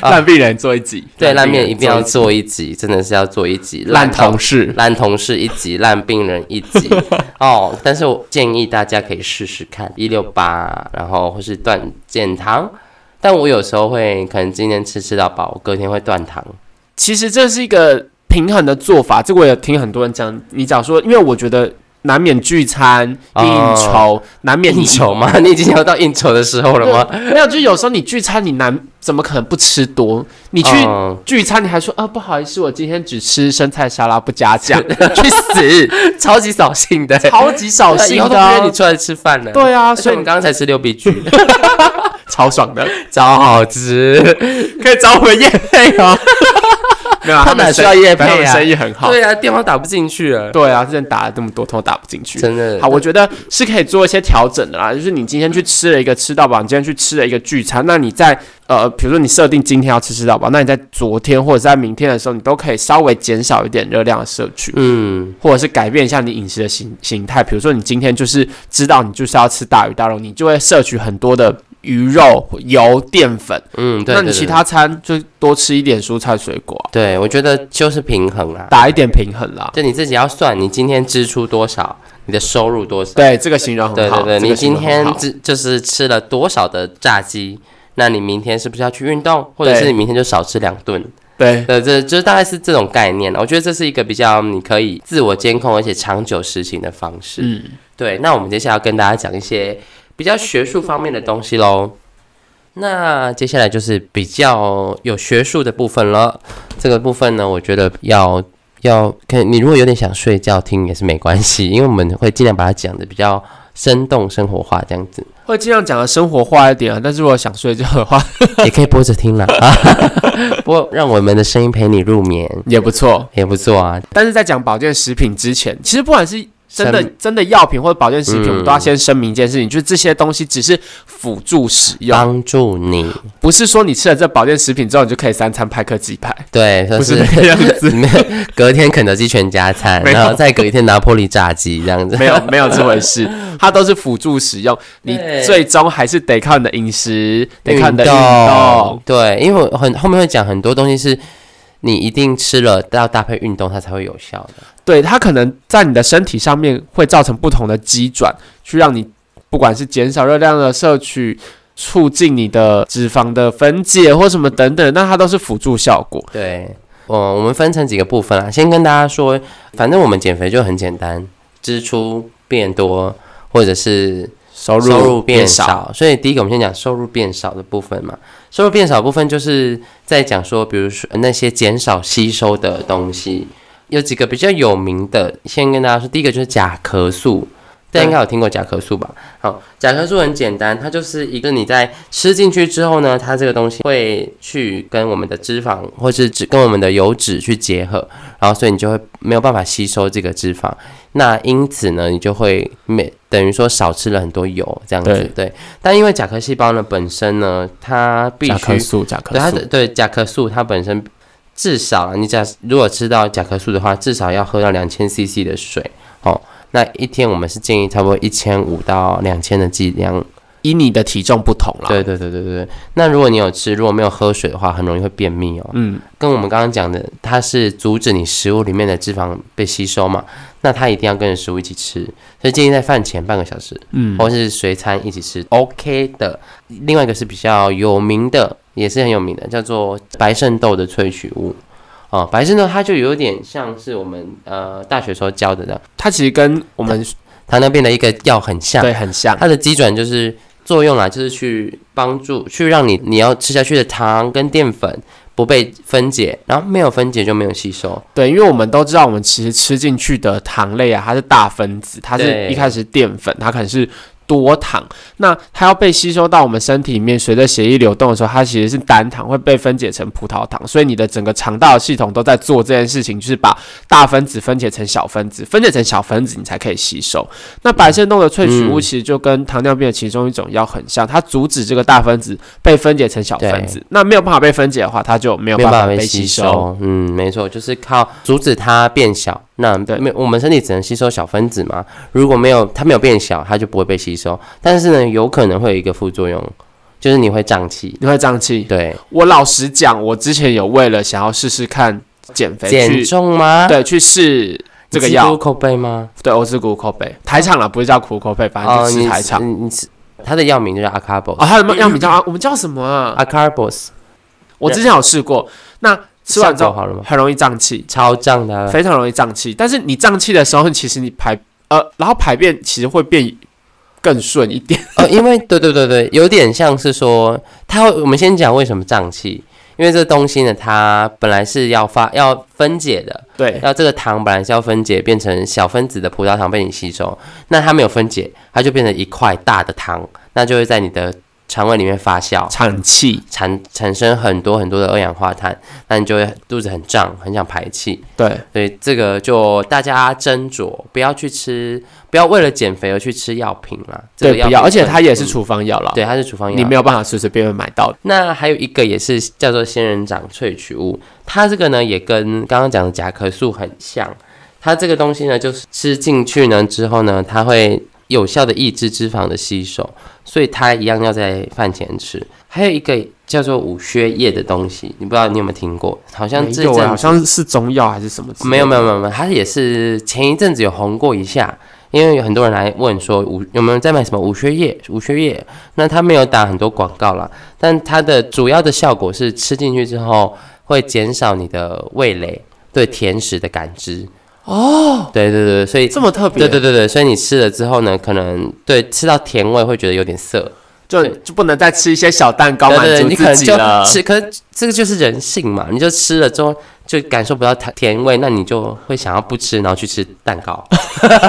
啊烂病人做一集，对，烂病面人一定要集做一集，真的是要做一集。烂同同事，烂同事一集，烂病人一集哦。但是我建议大家可以试试看一六八，然后或是断减糖。但我有时候会可能今天吃吃到饱，我隔天会断糖。其实这是一个平衡的做法，这个我也听很多人讲。你讲说，因为我觉得难免聚餐、哦应酬，难免应酬吗？ 你已经要到应酬的时候了吗？没有，就有时候你聚餐，你难怎么可能不吃多？你去嗯聚餐，你还说啊，不好意思，我今天只吃生菜沙拉不加 酱， 去 死，超级扫兴的，欸超级扫以兴后都的不啊、约你出来吃饭了。对 啊，而且所我以们刚刚才吃六必居，超爽的， 超好吃。 可以找我们叶配哦。没有啊，他们哪需要生业反正配他啊们生意很 好。对啊，电话打不进去了，对啊，之前打了这么多通打不进去。真的好，我觉得是可以做一些调整的啦。就是你今天去吃了一个吃到饱，你今天去吃了一个聚餐，那你在呃，比如说你设定今天要吃吃到饱，那你在昨天或者在明天的时候，你都可以稍微减少一点热量的摄取，嗯，或者是改变一下你饮食的形形态。比如说你今天就是知道你就是要吃大鱼大肉，你就会摄取很多的鱼肉、油、淀粉。嗯，对，那对你对其他餐就多吃一点蔬菜水果啊、对我觉得就是平衡啊啦，打一点平衡啦。就你自己要算，你今天支出多少，你的收入多少。对，这个形容很对嗯好。对对，这个你形今容天很好只就是吃了多少的炸鸡，那你明天是不是要去运动，或者对是你明天就少吃两顿？对对，这就是大概是这种概念啊了。我觉得这是一个比较你可以自我监控而且长久实行的方式。嗯。对，那我们接下来要跟大家讲一些比较学术方面的东西喽。那接下来就是比较有学术的部分了。这个部分呢，我觉得要要，可你如果有点想睡觉听也是没关系，因为我们会尽量把它讲的比较生动、生活化这样 子，会尽量讲的生活化一点啊，但是如果想睡觉的 话也可以播着听啦。啊 不过让我们的声音陪你入眠也不错。也不错啊。但是在讲保健食品之前，其实不管是真的生真的药品或者保健食品，嗯我们都要先声明一件事情，就是这些东西只是辅助使用，帮助你，不是说你吃了这保健食品之后你就可以三餐拍颗鸡 排，对，就不是是这样 子，没有隔天肯德基全家餐， 没有然后再隔一天拿破里炸鸡这样子。没有没有这回 事，它都是辅助使用，你对最终还是得靠你的饮食，得靠你的运动动，，对，因为我很后面会讲很多东西是你一定吃了要搭配运动，它才会有效的。对它可能在你的身体上面会造成不同的机转，去让你不管是减少热量的摄取，促进你的脂肪的分解或什么等等，那它都是辅助效果。对，嗯，我们分成几个部分啊，先跟大家说，反正我们减肥就很简单，支出变多或者是收入收入变少，少，所以第一个我们先讲收入变少的部分嘛。收入变少的部分就是在讲说，比如说呃那些减少吸收的东西，有几个比较有名的，先跟大家说，第一个就是甲壳素。大家应该有听过甲壳素吧？好，甲壳素很简单，它就是一个你在吃进去之后呢，它这个东西会去跟我们的脂肪或是脂跟我们的油脂去结合，然后所以你就会没有办法吸收这个脂肪。那因此呢，你就会每等于说少吃了很多油这样子，对。但因为甲壳细胞呢本身呢，它必甲壳须素，甲壳对它素的，对甲壳素它本身至少啊你甲如果吃到甲壳素的话，至少要喝到两千 CC 的水哦。那一天我们是建议差不多一千五到两千的剂量。以你的体重不同啦。对对对对对。那如果你有吃，如果没有喝水的话，很容易会便秘哦。嗯，跟我们刚刚讲的，它是阻止你食物里面的脂肪被吸收嘛，那它一定要跟着食物一起吃，所以建议在饭前半个小时，嗯，或是随餐一起吃，OK 的。另外一个是比较有名的，也是很有名的，叫做白肾豆的萃取物。哦，白肾豆它就有点像是我们呃大学时候教的这样，它其实跟我们糖尿病的一个药很像，对很像，它的基转就是作用啦，就是去帮助去让你你要吃下去的糖跟淀粉不被分解，然后没有分解就没有吸收。对，因为我们都知道，我们其实吃进去的糖类啊，它是大分子，它是对一开始淀粉，它可能是多糖，那它要被吸收到我们身体里面，随着血液流动的时候，它其实是单糖，会被分解成葡萄糖，所以你的整个肠道系统都在做这件事情，就是把大分子分解成小分子，分解成小分子，你才可以吸收。那白肾豆的萃取物嗯其实就跟糖尿病的其中一种药很像，它阻止这个大分子被分解成小分对子，那没有办法被分解的话，它就没有没有办办法法被被吸吸收。收。嗯，没错，就是靠阻止它变小。那对没有我们身体只能吸收小分子嘛，如果没有它没有变小，它就不会被吸收。但是呢，有可能会有一个副作用，就是你会胀气。你会胀气，对，我老实讲，我之前有为了想要试试看减肥减去，重啊吗？，对，去试这个苦药。口碑吗？对，我吃苦口贝台场啦，不是叫苦口贝，反正就哦你吃台场。你你吃它的药名就叫阿卡博啊，它的药 名叫啊，我们叫什么啊？阿卡博斯，我之前有试过，那吃完之效后果好了吗？很容易胀气，超胀的啊，非常容易胀气。但是你胀气的时候，其实你排呃，然后排便其实会变更顺 一点。呃，因为对对对对，有点像是说，它会我们先讲为什么胀气，因为这东西呢，它本来是要发要分解的，对，要这个糖本来是要分解变成小分子的葡萄糖被你吸收，那它没有分解，它就变成一块大的糖，那就会在你的肠胃里面发酵，产气，产产生很多很多的二氧化碳，那你就会肚子很胀，很想排气。对，所以这个就大家斟酌，不要去吃，不要为了减肥而去吃药品啦。这个对，不要，品而且它也是嗯处方药啦，对，它是处方药，你没有办法随随便便买到的。那还有一个也是叫做仙人掌萃取物，它这个呢也跟刚刚讲的甲壳素很像。它这个东西呢，就是吃进去呢之后呢，它会有效的抑制脂肪的吸收，所以它一样要在饭前吃。还有一个叫做五靴叶的东西，你不知道你有没有听过？好像没这有欸好阵像是中药还是什么之类的？没有没有没有没有，它也是前一阵子有红过一下，因为有很多人来问说五有没有在卖什么五血液五血液，那它没有打很多广告啦，但它的主要的效果是吃进去之后会减少你的味蕾对甜食的感知。哦，对对对，所以这么特别，对对对对，所以你吃了之后呢，可能对吃到甜味会觉得有点涩，就就不能再吃一些小蛋糕对满对对，足你可能自己就了。吃，可是这个就是人性嘛，你就吃了之后就感受不到甜甜味，那你就会想要不吃，然后去吃蛋糕，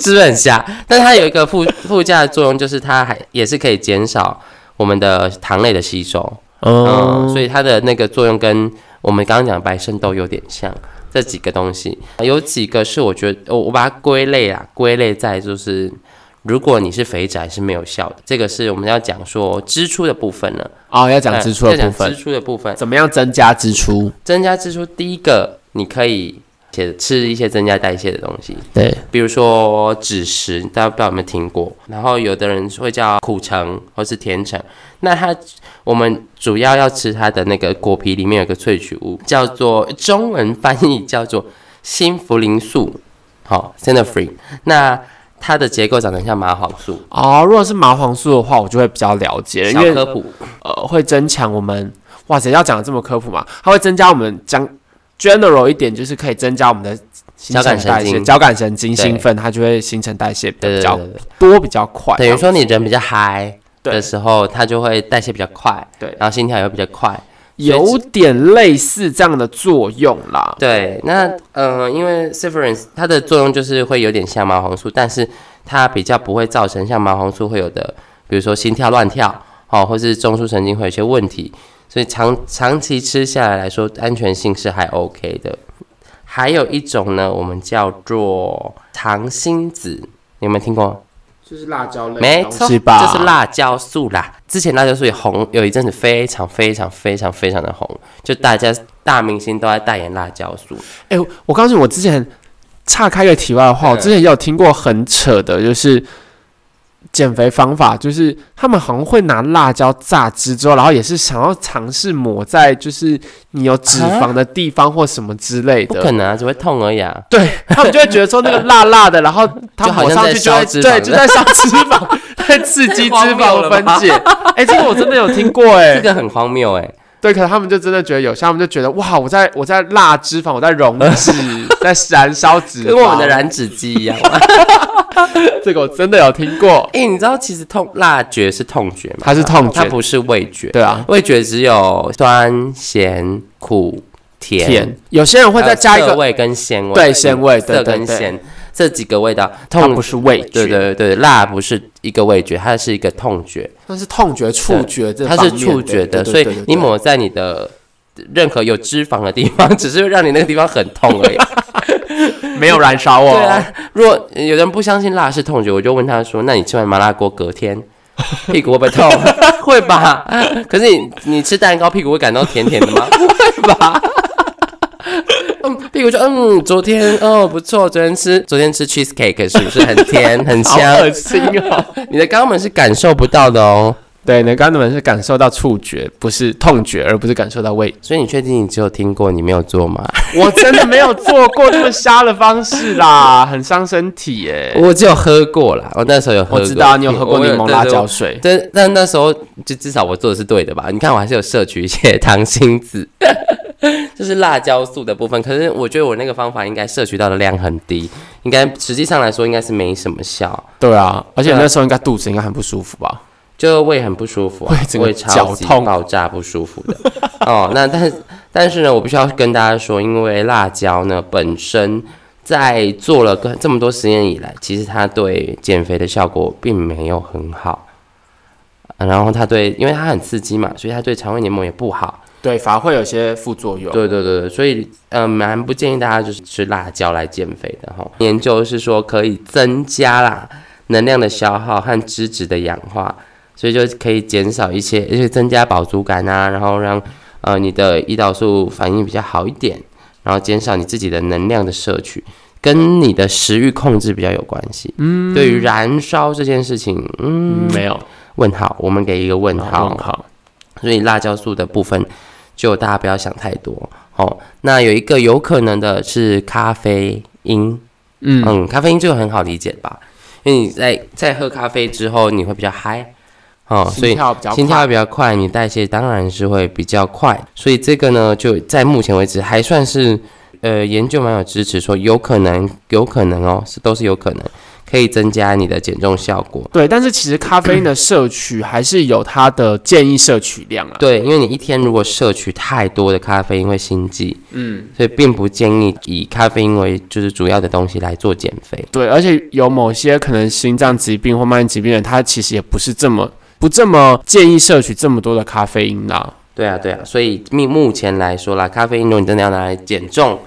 是不是很瞎？但它有一个附附加的作用，就是它还也是可以减少我们的糖类的吸收，哦嗯，所以它的那个作用跟我们刚刚讲的白参豆有点像。这几个东西有几个是我觉得我我把它归类啊，归类在就是如果你是肥宅是没有效的，这个是我们要讲说支出的部分呢。哦，要讲支出嗯要的部讲分支，出的部分，怎么样增加支出？增加支出，第一个你可以且吃一些增加代谢的东西，对，比如说枳实，大家不知道有没有听过？然后有的人会叫苦橙或是甜橙，那它我们主要要吃它的那个果皮里面有个萃取物，叫做中文翻译叫做新茯苓素，好 s e n a f r e e 那它的结构长得很像麻黄素，哦，如果是麻黄素的话，我就会比较了解，因小为科普，呃会增强我们。哇塞，要讲的这么科普嘛？它会增加我们将 general 一点，就是可以增加我们的新交感陈代神谢、经交感神经对兴奋，它就会新陈代谢对比对较对对对多、比较快。等于说你人比较嗨对的时候，它就会代谢比较快，对然后心跳也会比较快，有点类似这样的作用啦。对。那嗯、呃因为 s e f e r i n s 它的作用就是会有点像麻黄素，但是它比较不会造成像麻黄素会有的，比如说心跳乱跳，哦，或是中枢神经会有一些问题，所以长长期吃下来来说，安全性是还 OK 的。还有一种呢，我们叫做糖心子，你有没有听过？就是辣椒类没错，是吧？就是辣椒素啦。之前辣椒素也红，有一阵子非常非常非常非常的红，就大家大明星都在代言辣椒素。哎、我告诉你，我之前岔开个题外嗯话，我之前也有听过很扯的，就是减肥方法，就是他们好像会拿辣椒榨汁之后，然后也是想要尝试抹在就是你有脂肪的地方或什么之类不的。可能啊，只会痛而已啊。对他们就会觉得说那个辣辣的，然后它就好抹像上在去就烧会脂肪对，就在烧脂肪，在刺激脂太荒谬肪了的吧分解。哎、这个我真的有听过哎、这个很荒谬哎、对，可能他们就真的觉得有效，他们就觉得哇，我在我在辣脂肪，我在溶脂， 在燃烧脂肪，跟我们的燃脂机 一样。这个我真的有听过，哎、你知道其实痛辣觉是痛觉吗？它是痛它觉，不是味觉，对啊，味觉只有酸、咸、苦、甜，甜。有些人会再加还一有涩个，味跟鲜味，对鲜味对涩对跟对咸这几个味道。它痛不是味觉，对对对，辣不是一个味觉，它是一个痛觉。那是痛觉、触觉这它方是面的触觉的，对所对以对对你抹在你的任何有脂肪的地方， 只是会让你那个地方很痛 而已。没有燃烧哦，对啊，如果有的人不相信辣是痛觉，我就问他说：“那你吃完麻辣锅隔 天？”屁股会不会痛？ 会吧。可是你你吃蛋糕，屁股会感到甜甜的 吗？不会吧。嗯，屁股就嗯，昨天哦不错，昨天吃昨天吃 cheesecake 是不是很 甜很好香？恶心哦。你的肛门是感受不到的哦，对，你刚刚们是感受到触觉，不是痛觉，而不是感受到味。所以你确定你只有听过，你没有做吗？ 我真的没有做过这么瞎的方式啦， 很伤身体耶。我只有喝过啦，我那时候有喝我过。知道你有喝过我柠檬辣椒。对水，对但但那时候就至少我做的是对的吧？你看我还是有摄取一些糖心子， 就是辣椒素的部分。可是我觉得我那个方法应该摄取到的量很低，应该实际上来说应该是没什么效，对啊，而且对啊那时候应该肚子应该很不舒服吧？就胃很不舒服、啊 胃，整个胃超级绞痛爆炸不舒服的。 哦，那但但是呢，我必须要跟大家说，因为辣椒呢本身在做了个这么多实验以来，其实它对减肥的效果并没有很好。啊然后它对，因为它很刺激嘛，所以它对肠胃黏膜也不好。对，反而会有些副作用。对对对，对所以呃，蛮不建议大家就是吃辣椒来减肥的哈。研究是说可以增加啦能量的消耗和脂质的氧化，所以就可以减少一些，而且增加饱足感啊，然后让呃你的胰岛素反应比较好一点，然后减少你自己的能量的摄取。跟你的食欲控制比较有关系。嗯，对于燃烧这件事情，嗯，没有，问号，我们给一个问号。很好，所以辣椒素的部分就大家不要想太多哦。那有一个有可能的是咖啡因，嗯，嗯，咖啡因这个很好理解吧？因为你在在喝咖啡之后，你会比较嗨哦，所心以跳比较快心跳会比较快，你代谢当然是会比较快。所以这个呢，就在目前为止还算是呃研究蛮有支持，说有可能，有可能哦，是都是有可能可以增加你的减重效果。对，但是其实咖啡因的摄取还是有它的建议摄取量啊。对，因为你一天如果摄取太多的咖啡因会心悸，嗯，所以并不建议以咖啡因为就是主要的东西来做减肥。对，而且有某些可能心脏疾病或慢性疾病的人，他其实也不是这么不这么建议摄取这么多的咖啡因啦。对啊，对啊，所以目目前来说啦，咖啡因如果你真的要拿来减重，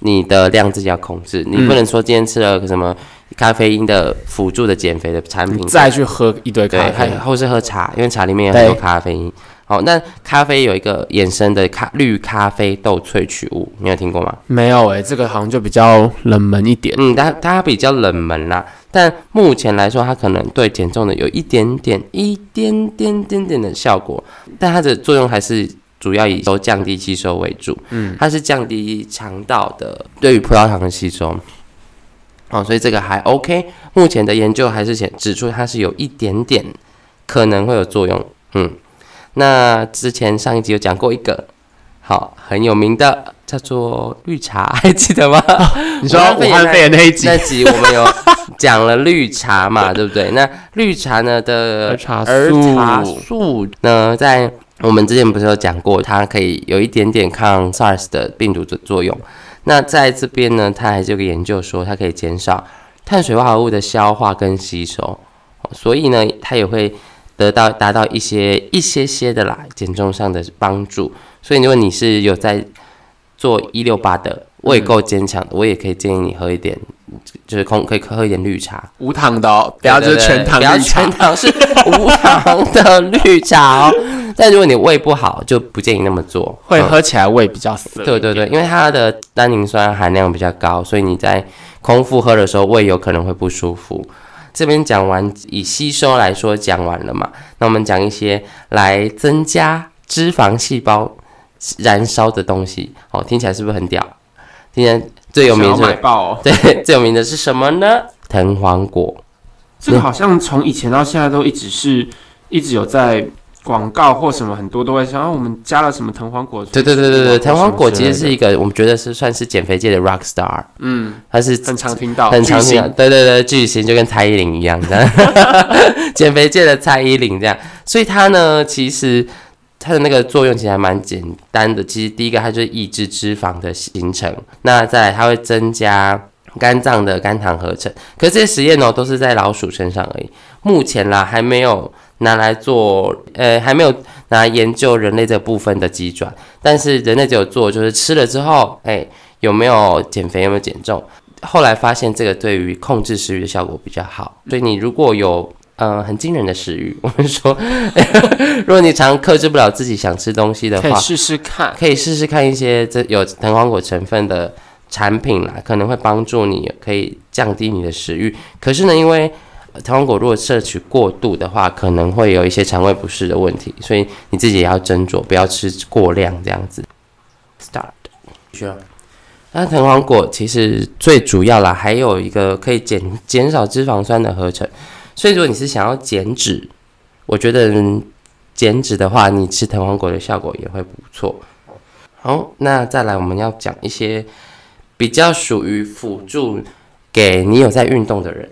你的量自己要控制，你不能说今天吃了个什么咖啡因的辅助的减肥的产品，再去喝一堆咖嗯对，还啡，或是喝茶，因为茶里面有很多对咖啡因。好，那咖啡有一个衍生的咖绿咖啡豆萃取物，你有听过吗？没有诶、这个好像就比较冷门一点。嗯，它它比较冷门啦，但目前来说，它可能对减重的有一点点、一点点点点的效果，但它的作用还是主要以都降低吸收为主。嗯，它是降低肠道的对于葡萄糖的吸收。哦，所以这个还 OK。目前的研究还是显指出它是有一点点可能会有作用。嗯，那之前上一集有讲过一个好很有名的，叫做绿茶， 还记得吗？你说武汉肺炎那一集那集我们有讲了绿茶嘛，对不对？那绿茶呢的儿茶儿茶素素呢，在我们之前不是有讲过，它可以有一点点抗 SARS 的病毒的作用。那在这边呢，它还是有个研究说，它可以减少碳水化合物的消化跟吸收，哦所以呢，它也会得到达到一些一些些的啦减重上的帮助。所以如果你是有在做一六八嗯的胃够坚强的，我也可以建议你喝一点，就是空可以喝一点绿茶，无糖的哦，不要就是全糖对对对绿茶。不要全糖是无糖的绿茶 哦。但如果你胃不好，就不建议那么做。会嗯喝起来胃比较涩。对对对，因为它的单宁酸含量比较高，所以你在空腹喝的时候，胃有可能会不舒服。这边讲完以吸收来说讲完了嘛，那我们讲一些来增加脂肪细胞燃烧的东西。哦，听起来是不是很屌？今天最有名想要买的爆、哦，对最有名的是什么呢？藤黄果。这个好像从以前到现在都一直是一直有在广告或什么很多都会说，啊，我们加了什么藤黄果汁。对对对对对，藤黄果其实什么之是类一个我们觉得是算是减肥界的 rock star，的嗯，它是很常听到，很常巨见星的，对对对，巨星就跟蔡依林一样，这 样减肥界的蔡依林这样。所以它呢，其实它的那个作用其实还蛮简单的。其实第一个，它就是抑制脂肪的形成，那再来它会增加肝脏的肝糖合成。可是这些实验哦呢，都是在老鼠身上而已，目前啦还没有拿来做，呃，还没有拿来研究人类这部分的机转。但是人类只有做，就是吃了之后，哎、有没有减肥，有没有减重？后来发现这个对于控制食欲的效果比较好，所以你如果有呃很惊人的食欲，我们说， 如果你常克制不了自己想吃东西的可以话，试试看。可以试试看一些这有藤黄果成分的产品啦，可能会帮助你，可以降低你的食欲。可是呢，因为呃藤黄果如果摄取过度的话，可能会有一些肠胃不适的问题，所以你自己也要斟酌，不要吃过量这样子。Start，需要。那藤黄果其实最主要啦，还有一个可以减减少脂肪酸的合成，所以如果你是想要减脂，我觉得嗯减脂的话，你吃藤黄果的效果也会不错。好，那再来我们要讲一些比较属于辅助给你有在运动的人。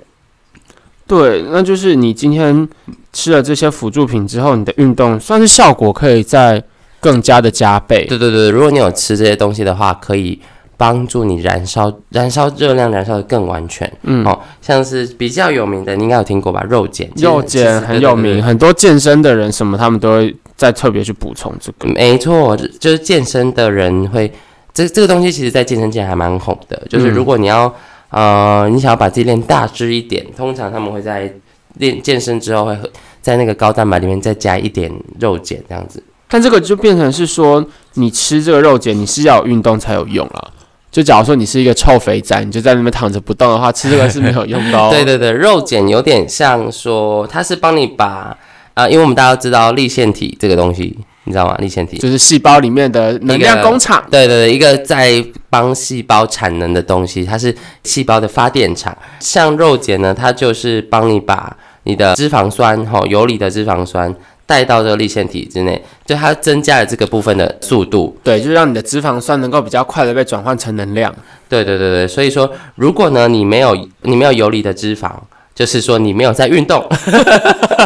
对，那就是你今天吃了这些辅助品之后，你的运动算是效果可以再更加的加倍。对对对，如果你有吃这些东西的话，可以帮助你燃烧燃烧热量，燃烧的更完全。嗯，哦，像是比较有名的，你应该有听过吧？肉碱，其实肉其实碱很有对对对名，很多健身的人什么，他们都会再特别去补充这个。嗯没错，就就是健身的人会，这这个东西其实在健身界还蛮红的。就是如果你要、呃，你想要把自己练大只一点，通常他们会在练健身之后会喝在那个高蛋白里面再加一点肉碱这样子。。但这个就变成是说，你吃这个肉碱，你是要有运动才有用啦。就假如说你是一个臭肥宅，你就在那边躺着不动的话，吃这个是没有用的、哦对对对，肉碱有点像说，它是帮你把啊、因为我们大家都知道立腺体这个东西，你知道吗？立腺体就是细胞里面的能量工厂。对对对，一个在帮细胞产能的东西，它是细胞的发电厂。像肉碱呢，它就是帮你把你的脂肪酸，吼、游离的脂肪酸带到这个立腺体之内，就它增加了这个部分的速度。对，就让你的脂肪酸能够比较快的被转换成能量。对对对对，所以说，如果呢你没有你没有游离的脂肪，就是说你没有在运动，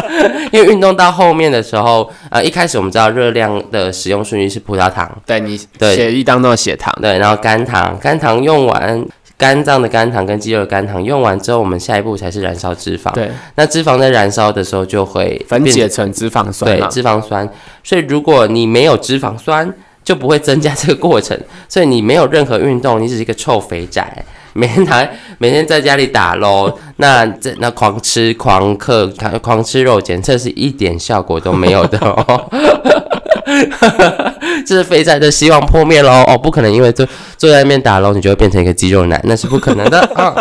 因为运动到后面的时候，呃，一开始我们知道热量的使用顺序是葡萄糖。对你对血液当中的血糖，对，然后肝糖，肝糖用完，肝脏的肝糖跟肌肉的肝糖用完之后，我们下一步才是燃烧脂肪。对，那脂肪在燃烧的时候就会分变解成脂肪酸啊对嘛。脂肪酸，所以如果你没有脂肪酸，就不会增加这个过程， 所以你没有任何运动，你只是一个臭肥宅，每天拿每天在家里打喽， 那这那狂吃狂嗑狂狂吃肉碱，这是一点效果都没有的哦。 这是肥宅的希望破灭喽！哦，不可能，因为坐坐在那边打喽，你就会变成一个肌肉男，那是不可能的 啊、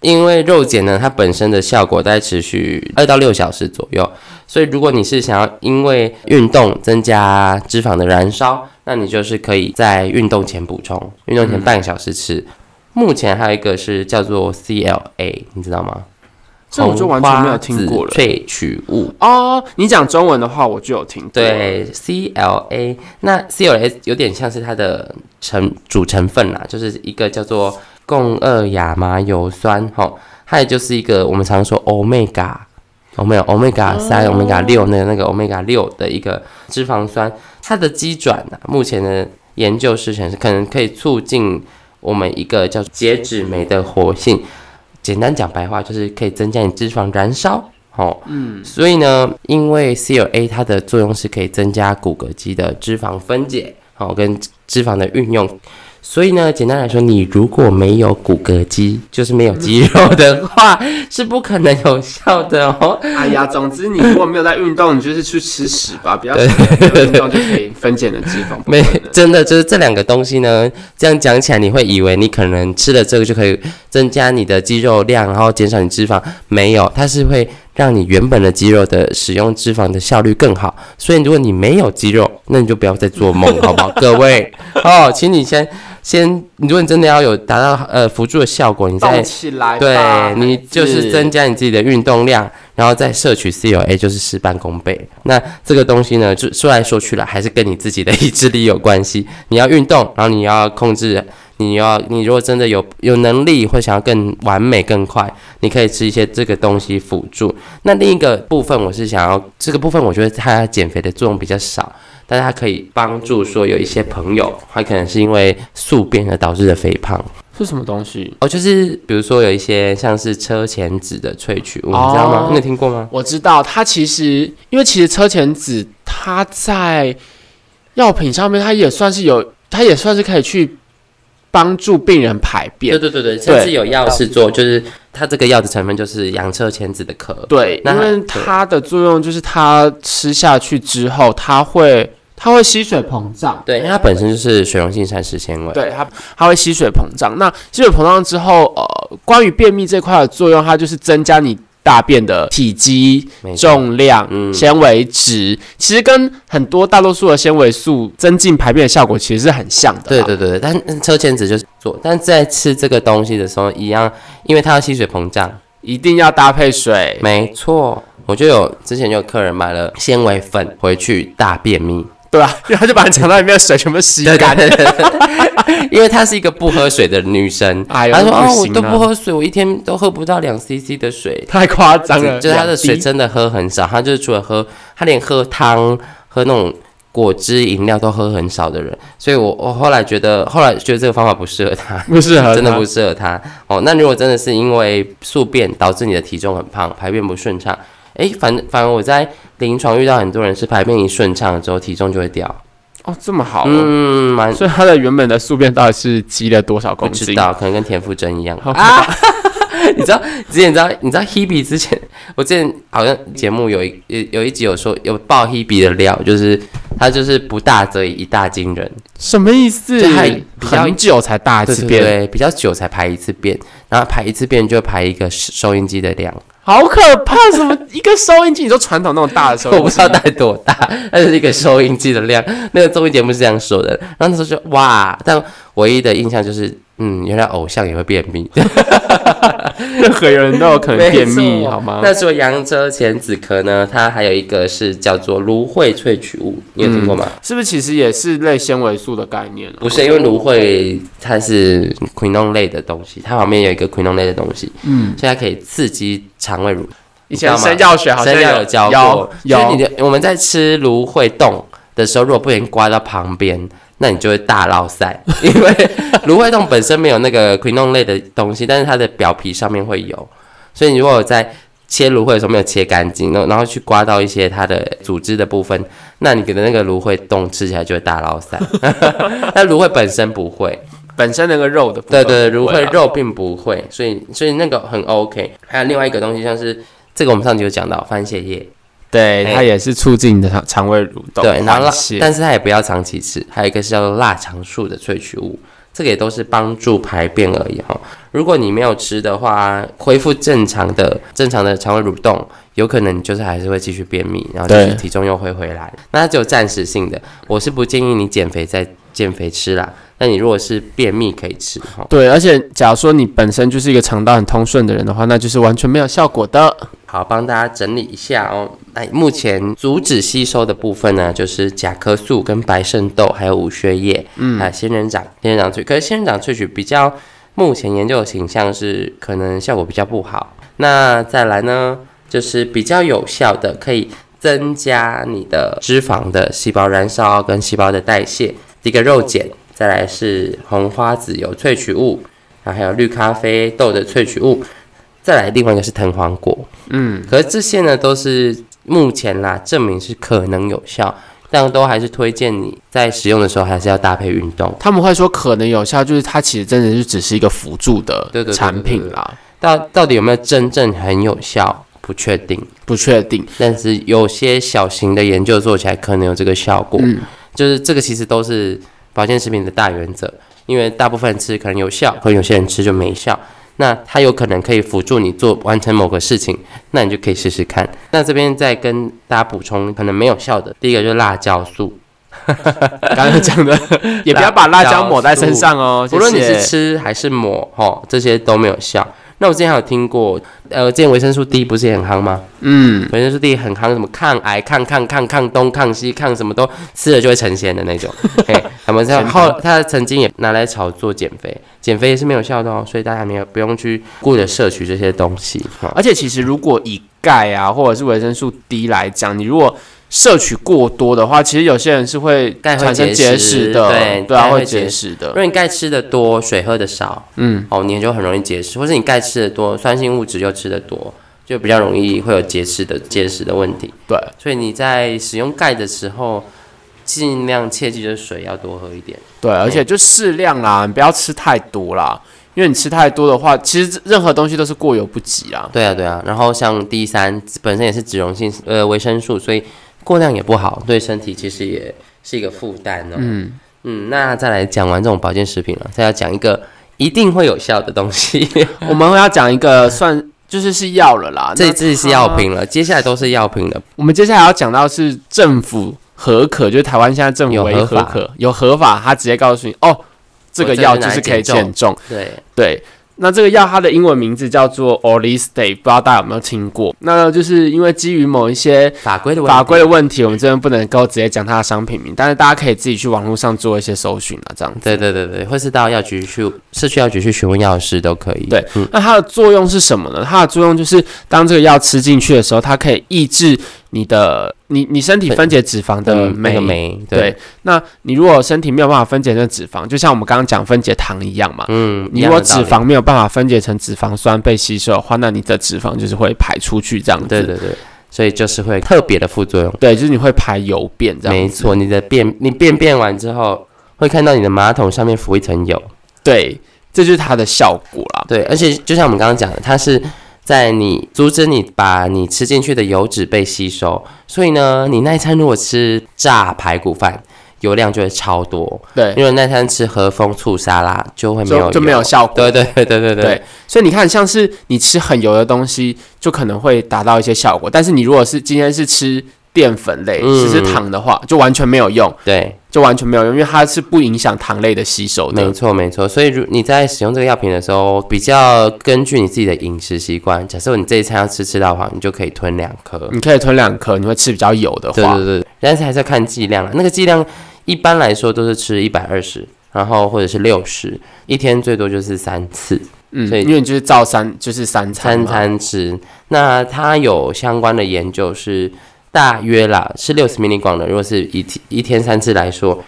因为肉碱呢，它本身的效果大概持续二到六小时左右，所以如果你是想要因为运动增加脂肪的燃烧，那你就是可以在运动前补充，运动前半个小时吃。目前还有一个是叫做 CLA，你知道吗？这我就完全没有听过红了花籽萃取物。哦，你讲中文的话，我就有听过。，对，CLA，那 CLA 有点像是它的成主成分啦，就是一个叫做共二亚麻油酸，吼，它也就是一个我们常说 omega，哦没有 omega 三、omega 六那个那个 omega 六的一个脂肪酸，它的基转呢、目前的研究是显示可能可以促进我们一个叫结脂酶的活性，简单讲白话就是可以增加你脂肪燃烧。哦，嗯，所以呢，因为 CLA 它的作用是可以增加骨骼肌的脂肪分解，好、跟脂肪的运用。所以呢，简单来说，你如果没有骨骼肌，就是没有肌肉的话，是不可能有效的哦。哎呀，总之你如果没有在运动，你就是去吃屎吧，不要吃没有运动就可以分解你的脂 肪。没不可能，真的就是这两个东西呢，这样讲起来你会以为你可能吃了这个就可以增加你的肌肉量，然后减少你脂肪，没有，它是会让你原本的肌肉的使用脂肪的效率更好。所以如果你没有肌肉，那你就不要再做梦，好不好，各位？哦，请你先先，如果你真的要有达到呃辅助的效果，你再动起来吧，对你就是增加你自己的运动量，然后再摄取 CLA 就是事半功倍。那这个东西呢，就说来说去了，还是跟你自己的意志力有关系。你要运动，然后你要控制，你要你如果真的有有能力或想要更完美更快，你可以吃一些这个东西辅助。那另一个部分，我是想要这个部分，我觉得它减肥的作用比较少。但是它可以帮助说有一些朋友，他可能是因为宿便而导致的肥胖，是什么东西？哦，就是比如说有一些像是车前子的萃取物，哦你知道吗？你有听过吗？我知道，它其实因为其实车前子它在药品上面，它也算是有，它也算是可以去帮助病人排便。对对对，甚至有药是做，就是它这个药的成分就是洋车前子的壳。对，那因为它的作用就是它吃下去之后，它会它会吸水膨胀。对，因为它本身就是水溶性膳食纤维。对它，它会吸水膨胀。那吸水膨胀之后，呃，关于便秘这块的作用，它就是增加你大便的体积、没错，重量、嗯纤维值，其实跟很多大多数的纤维素增进排便的效果其实是很像的对啦。对对对，但嗯车前子就是做，但在吃这个东西的时候一样，因为它要吸水膨胀。一定要搭配水。没错，我就有之前就有客人买了纤维粉回去大便秘。对啊，因为它就把你肠道里面的水全部 吸对干。对对对， 因为她是一个不喝水的女生，哎呦，他说：“啊，不我行都啊不，喝水，我一天都喝不到两 CC 的水，啊太夸张了。就是他的两滴水真的喝很少。他就是除了喝，他连喝汤、喝那种果汁、饮料都喝很少的人，所以我我后来觉得，后来觉得这个方法不适合他，不适合他 真的不适合他哦。那如果真的是因为宿便导致你的体重很胖，排便不顺畅，诶，反反而我在临床遇到很多人是排便一顺畅之后体重就会掉，哦，这么好、哦，嗯，蛮所以他的原本的宿便到底是积了多少不公知斤？道，可能跟田馥甄一样好啊。你知道之前你知道你知道 Hebe 之前，我之前好像节目有一有有一集有说有爆 Hebe 的料，就是他就是不大则已，一大惊人，什么意思就还？比较很久才大一对次对便，对，比较久才排一次便，然后排一次便就排一个收音机的量，好可怕！什么一个收音机？你说传统那种大的 收我音不机知道带多大，但是一个收音机的量，那个综艺节目是这样说的，然后那时候就哇，但唯一的印象就是，嗯，原来偶像也会便秘。任何人都有可能便没秘，错好吗？那除了洋遮前子壳呢，它还有一个是叫做芦荟萃取物，你有听过吗？是不是其实也是类纤维素的概念、啊？不是，因为芦荟它是 quinone 类的东西，它旁边有一个 quinone 类的东西，嗯，所以它可以刺激肠胃蠕。以前生教学好像生药有教过，有所以有你的我们在吃芦荟冻的时候，如果不小心刮到旁边，那你就会大落 塞，因为芦荟冻本身没有那个 quinone 类的东西，但是它的表皮上面会有，所以你如果有在切芦荟的时候没有切干净，然后然后去刮到一些它的组织的部分，那你的那个芦荟冻吃起来就会大落塞。 但芦荟本身不会，本身那个肉的部对分对，芦不会荟啊肉并不会，所以所以那个很 OK。还有另外一个东西，像是这个我们上集有讲到番泻叶，对哎它也是促进你的肠肠胃蠕动，对，然后辣缓解，但是它也不要长期吃。还有一个是叫做腊肠素的萃取物，这个也都是帮助排便而已哈、如果你没有吃的话，恢复正常的正常的肠胃蠕动，有可能你就是还是会继续便秘，然后就对是体重又会回来。那它只有暂时性的，我是不建议你减肥再减肥吃啦。那你如果是便秘可以吃哈、对，而且假如说你本身就是一个肠道很通顺的人的话，那就是完全没有效果的。好，帮大家整理一下哦。哎，目前阻止吸收的部分呢，就是甲壳素、跟白肾豆，还有五血液，嗯，还有仙人掌、仙人掌萃。可是仙人掌萃取比较，目前研究的倾向是可能效果比较不好。那再来呢，就是比较有效的，可以增加你的脂肪的细胞燃烧跟细胞的代谢。第一个肉碱，再来是红花籽油萃取物，然后还有绿咖啡豆的萃取物，再来另外一个是藤黄果。可是这些呢，都是目前啦证明是可能有效，但都还是推荐你在使用的时候还是要搭配运动。他们会说可能有效，就是它其实真的是只是一个辅助的对对对对产品啦，到到底有没有真正很有效，不确定。不确定。但是有些小型的研究做起来可能有这个效果，嗯就是这个其实都是保健食品的大原则，因为大部分人吃可能有效，可能有些人吃就没效。那它有可能可以辅助你做完成某个事情，那你就可以试试看。那这边再跟大家补充，可能没有效的，第一个就是辣椒素，刚刚讲 的，也不要把辣椒抹在身上哦。无论你谢谢是吃还是抹，吼，这些都没有效。那我之前还有听过，呃，之前维生素 D 不是也很夯吗？嗯，维生素 D 很夯，什么抗癌、抗抗抗抗东、抗西、抗什么都吃了就会成仙的那种。嘿，他们在后，他曾经也拿来炒作减肥，减肥也是没有效的哦，所以大家没有不用去顾着摄取这些东西。哈、而且其实如果以钙啊或者是维生素 D 来讲，你如果摄取过多的话，其实有些人是会钙会产生结结石石的，对啊，钙会会结结石如的。果你钙吃的多，水喝的少，嗯，哦，你就很容易结石，或是你钙吃的多，酸性物质又吃的多，就比较容易会有结石的结石的问题。对，所以你在使用钙的时候，尽量切记就是水要多喝一点。对，而且就适量啦，你不要吃太多啦，因为你吃太多的话，其实任何东西都是过犹不及啦。对啊，对啊。然后像第三本身也是脂溶性呃维生素，所以过量也不好，对身体其实也是一个负担哦。嗯嗯，那再来讲完这种保健食品了，再要讲一个一定会有效的东 西。我们要讲一个算就是是药了嗯 啦，这那啊次是药品了，接下来都是药品了。我们接下来要讲到是政府合可，就是台湾现在政府有为合合法可有合法，他直接告诉你哦，这个我这药是就拿来是可以减重减重。对，对，那这个药它的英文名字叫做 Orlistate，不知道大家有没有听过？那就是因为基于某一些法规的问题法规的问题，我们这边不能够直接讲它的商品名，但是大家可以自己去网络上做一些搜寻啊，这样子。对对对对，或是到药局去社区药局去询问药师都可以。嗯对，那它的作用是什么呢？它的作用就是，当这个药吃进去的时候，它可以抑制你的你你身体分解脂肪的嗯，那酶个，酶，对，那你如果身体没有办法分解那脂肪，就像我们刚刚讲分解糖一样嘛，嗯，你一样如果的脂道理，肪没有办法分解成脂肪酸被吸收的话，那你的脂肪就是会排出去这样子。对对对，所以就是会特别的副作用。对就是你会排油便这样子。没错，你的便你便便完之后，会看到你的马桶上面浮一层油。对，这就是它的效果啦。对，而且就像我们刚刚讲的，它是在你阻止你把你吃进去的油脂被吸收，所以呢，你那一餐如果吃炸排骨饭，油量就会超多；对，因为那餐吃和风醋沙拉就会没有就就没油有。效果。对对对对对对，所以你看，像是你吃很油的东西，就可能会达到一些效果，但是你如果是今天是吃淀粉类，嗯只是糖的话，就完全没有用，对，就完全没有用，因为它是不影响糖类的吸收没的。错没错。所以如你在使用这个药品的时候，比较根据你自己的饮食习惯，假设你这一餐要吃吃到好，你就可以吞两颗。你可以吞两颗，你会吃比较油的对话，对对，嗯但是还是要看剂量啦。啊那个剂量一般来说都是吃一百二十，然后或者是六十，一天最多就是三次，嗯，所以因为你就是照三就是三餐餐嘛，餐吃。那它有相关的研究是大约啦，是六十 m i 广的。如果是一天一天三次来说，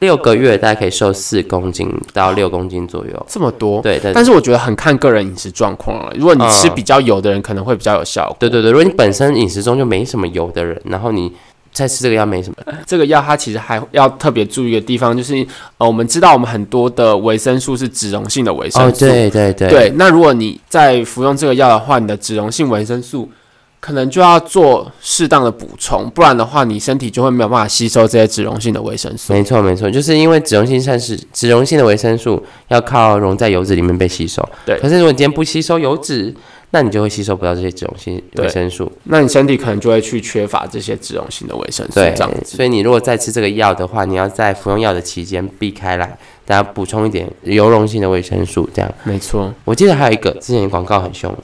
六个月大概可以瘦四公斤到六公斤左右。这么多。对对但是我觉得很看个人饮食状况了。如果你吃嗯比较油的人，可能会比较有效果。对对对，如果你本身饮食中就没什么油的人，然后你再吃这个药没什么，这个药它其实还要特别注意的地方，就是呃，我们知道我们很多的维生素是脂溶性的维生哦，素，对对对，对那如果你在服用这个药的话，你的脂溶性维生素可能就要做适当的补充，不然的话，你身体就会没有办法吸收这些脂溶性的维生素。没错，没错，就是因为脂溶性膳食、脂溶性的维生素要靠溶在油脂里面被吸收。对可是如果你今天不吸收油脂，那你就会吸收不到这些脂溶性维生素。那你身体可能就会去缺乏这些脂溶性的维生素，对这样，子。所以你如果再吃这个药的话，你要在服用药的期间避开来，大家补充一点油溶性的维生素。这样，没错，我记得还有一个之前广告很凶，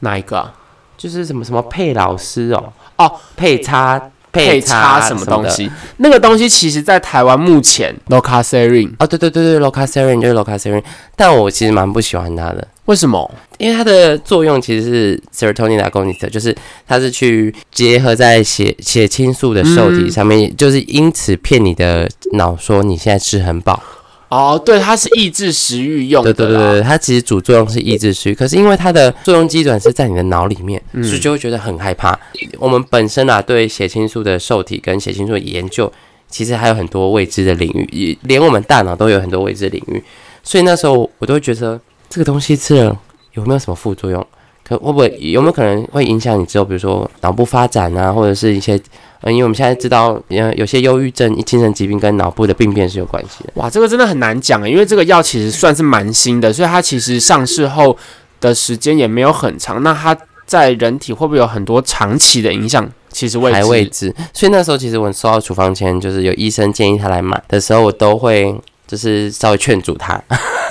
哪一个啊？就是什么什么配老师哦，哦，配叉配叉叉什么么的东？西？那个东西其实在台湾目前 l o c a s e r i n 哦，对对对对 l o c a s e r i n 就是 l o c a s e r i n 但我其实蛮不喜欢它的。为什么？因为它的作用其实是 serotonin agonist，就是它是去结合在血血清素的受体上面，就是因此骗你的脑说你现在吃很饱。哦，对，它是抑制食欲用的对啦。对对对，它其实主作用是抑制食欲，可是因为它的作用机转是在你的脑里面，嗯所以就会觉得很害怕。我们本身啊，对血清素的受体跟血清素的研究，其实还有很多未知的领域，也连我们大脑都有很多未知的领域。所以那时候我都会觉得这个东西吃了有没有什么副作用？可会不会有没有可能会影响你之后，比如说脑部发展啊，或者是一些，呃，因为我们现在知道，呃，有些忧郁症、精神疾病跟脑部的病变是有关系的。哇，这个真的很难讲欸，因为这个药其实算是蛮新的，所以它其实上市后的时间也没有很长。那它在人体会不会有很多长期的影响？其实未还未知。知。所以那时候其实我收到处方签，就是有医生建议他来买的时候，我都会就是稍微劝阻他。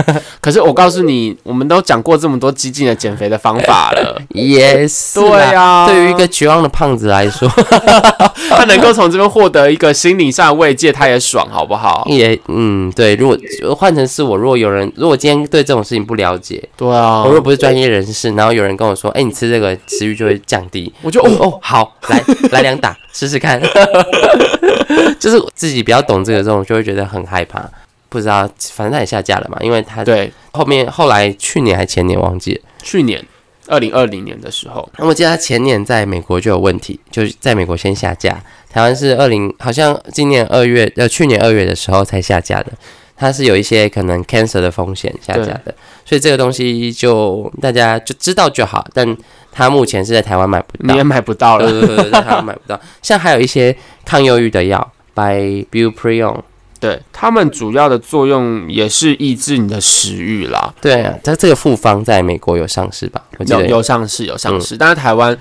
可是我告诉你，我们都讲过这么多激进的减肥的方法 了。 yes，对呀、啊，对于一个绝望的胖子来 说，他能够从这边获得一个心灵上的慰藉，他也爽，好 不好？也嗯，对。如果换成是我，如果有人，如果今天对这种事情不了解，对啊我，如果不是专业人士，然后有人跟我说，哎、你吃这个食欲就会降低，我就哦 哦，哦，好，来 来两打试试看。 就是自己比较懂这个之后，就会觉得很害怕，不知道，反正它也下架了嘛，因为它对，后面后来去年还前年忘记了，去年二零二零年的时候，那我记得他前年在美国就有问题，就是在美国先下架，台湾是二零好像今年二月呃去年二月的时候才下架的，它是有一些可能 cancer 的风险下架的，所以这个东西就大家就知道就好，但它目前是在台湾买不你到也，买不到对了。对对对，在台湾买不 到，像还有一些抗忧郁的药，by bupreon，对，他们主要的作用也是抑制你的食欲啦。对啊，它这个复方在美国有上市吧？我记有得有上市有上嗯市，但是台湾，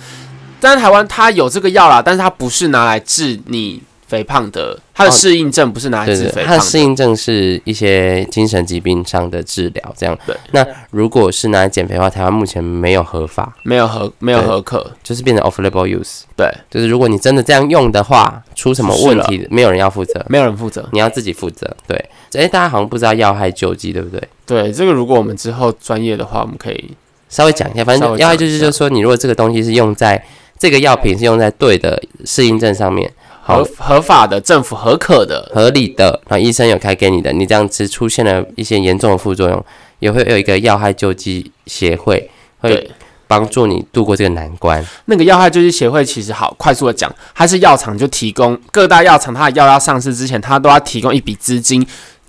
但是台湾它有这个药啦，但是它不是拿来治你肥胖的，它的哦适应症不是拿来对治对，肥它胖的的。适应症是一些精神疾病上的治疗，这样。对。那如果是拿来减肥的话，台湾目前没有合法，没有合没有合可，就是变成 off label use，对，啊就是如果你真的这样用的话，出什么问题，没有人要负责，没有人负责。你要自己负责。对。诶，大家好像不知道药害救济，对不对？对，这个如果我们之后专业的话，我们可以稍微讲一下，反稍正微要讲害一救济下就是说，你如果这个东西是用在这个药品是用在对的适应症上面，好合合法的、政府合可的，合理的，然后医生有开给你的，你这样吃出现了一些严重的副作用，也会有一个药害救济协会会对，帮助你度过这个难关。那个药害救济协会其实好快速的讲，它是药厂就提供各大药厂，它的药要上市之前，它都要提供一笔资金，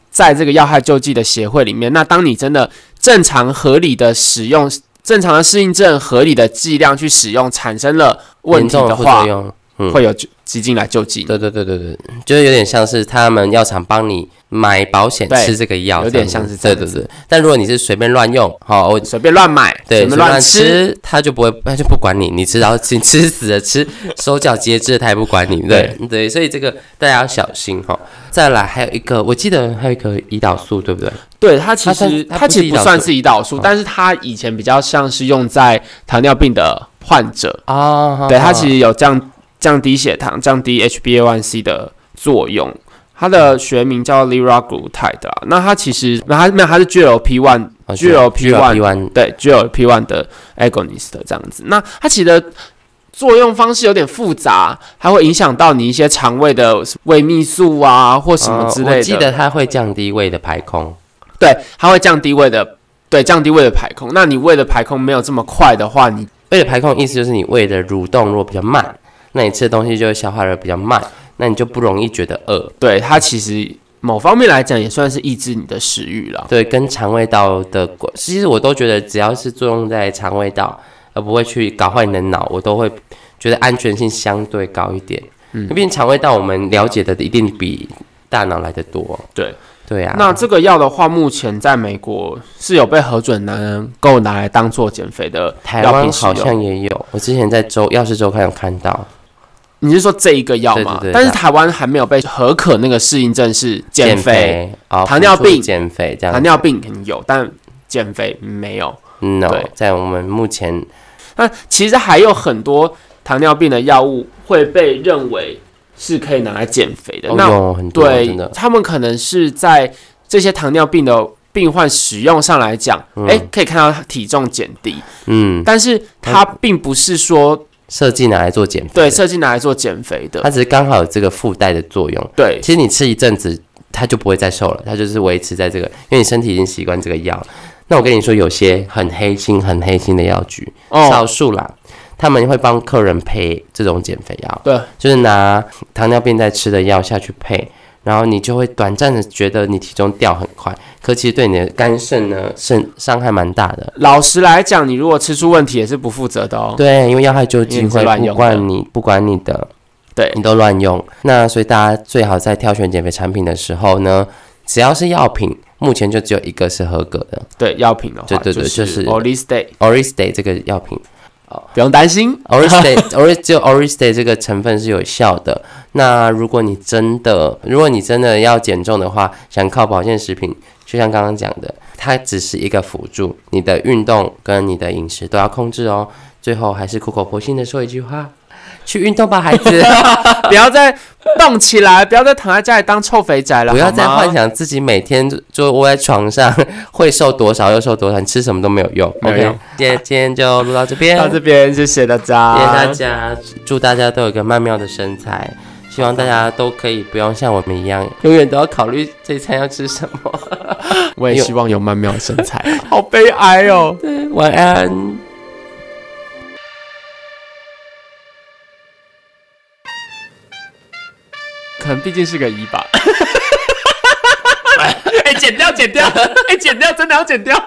在这个药害救济的协会里面。那当你真的正常合理的使用正常的适应症合理的剂量去使用，产生了问严题重的的副作话，用，嗯会有基基金来救济你，对对对对对，就是有点像是他们药厂帮你买保险对吃这个药，有点像是这对样对对。但如果你是随便乱用，好，我随便乱买，对随随便便乱乱吃。吃，他就不会，他就不管你，你吃 然后你吃死了吃，手脚截肢他也不管你，对对，所以这个大家要小心哈。再来还有一个，我记得还有一个胰岛素，对不对？对它其它算实它它不其是实胰不岛算素是胰岛素，但是它以前比较像是用在糖尿病的患者，啊对它其实有降降低血糖、降低 HbA1c 的作用。它的学名叫 liraglutide 啦，那它其实那它那它是 GLP-1 哦具有 P GLP-1 one 对 GLP-1 的 agonist 这样子。那它其实的作用方式有点复杂，它会影响到你一些肠胃的胃泌素啊或什么之类的。哦我记得它会降低胃的排空，对，它会降低胃的，对，降低胃的排空。那你胃的排空没有这么快的话，你胃的排空意思就是你胃的蠕动如果比较慢，那你吃的东西就会消化的比较慢，那你就不容易觉得饿。对它其实某方面来讲也算是抑制你的食欲了。对，跟肠胃道的关，其实我都觉得只要是作用在肠胃道，而不会去搞坏你的脑，我都会觉得安全性相对高一点。嗯，毕竟肠胃道我们了解的一定比大脑来的多。对，对啊。那这个药的话，目前在美国是有被核准能够拿来当做减肥的台药湾品使好用。像也有，我之前在周《药师周刊》有看到你是说这一个药吗？对对对但是台湾还没有被核可那个适应症是减肥，肥、哦糖尿辅助病减肥这样糖子。尿病可能有，但减肥没有。嗯，no，对在我们目前那其实还有很多糖尿病的药物会被认为是可以拿来减肥的。哦那有很多对真的，他们可能是在这些糖尿病的病患使用上来讲，哎、嗯可以看到体重减低，嗯，但是它并不是说设计拿来做减肥，对，设计拿来做减肥的它。只是刚好有这个附带的作用。对其实你吃一阵子，它就不会再瘦了，它就是维持在这个，因为你身体已经习惯这个药了。那我跟你说，有些很黑心、很黑心的药局，少哦，数啦，他们会帮客人配这种减肥药，对，就是拿糖尿病在吃的药下去配，然后你就会短暂的觉得你体重掉很快，可其实对你的肝肾呢，肾伤害蛮大的。老实来讲，你如果吃出问题也是不负责的哦。对，因为药害救济因为你是会乱不用的管你不管你的，对你都乱用。那所以大家最好在挑选减肥产品的时候呢，只要是药品，目前就只有一个是合格的对，药品的话，对对对就就是是 o l i s t a y ，Oristay 这个药品不用担 心。 ，Oristay Ori 只有 Oristay 这个成分是有效的。那如果你真的，如果你真的要减重的话，想靠保健食品，就像刚刚讲的，它只是一个辅助，你的运动跟你的饮食都要控制哦。最后还是苦口婆心的说一句话：去运动吧，孩子。不要再动起来，不要再躺在家里当臭肥宅了，不要好吗再幻想自己每天就就窝在床上 会瘦多少又瘦多少，你吃什么都没有用。没有 OK，用今天今天就录到这边，到这边，谢谢大家，谢谢大家，祝大家都有一个曼妙的身材。希望大家都可以不用像我们一样，永远都要考虑这一餐要吃什 么。我也希望有曼妙的身材， 好悲哀哦。晚安。可能毕竟是个一 吧。哎、剪掉，剪掉，哎、剪掉，真的要剪掉。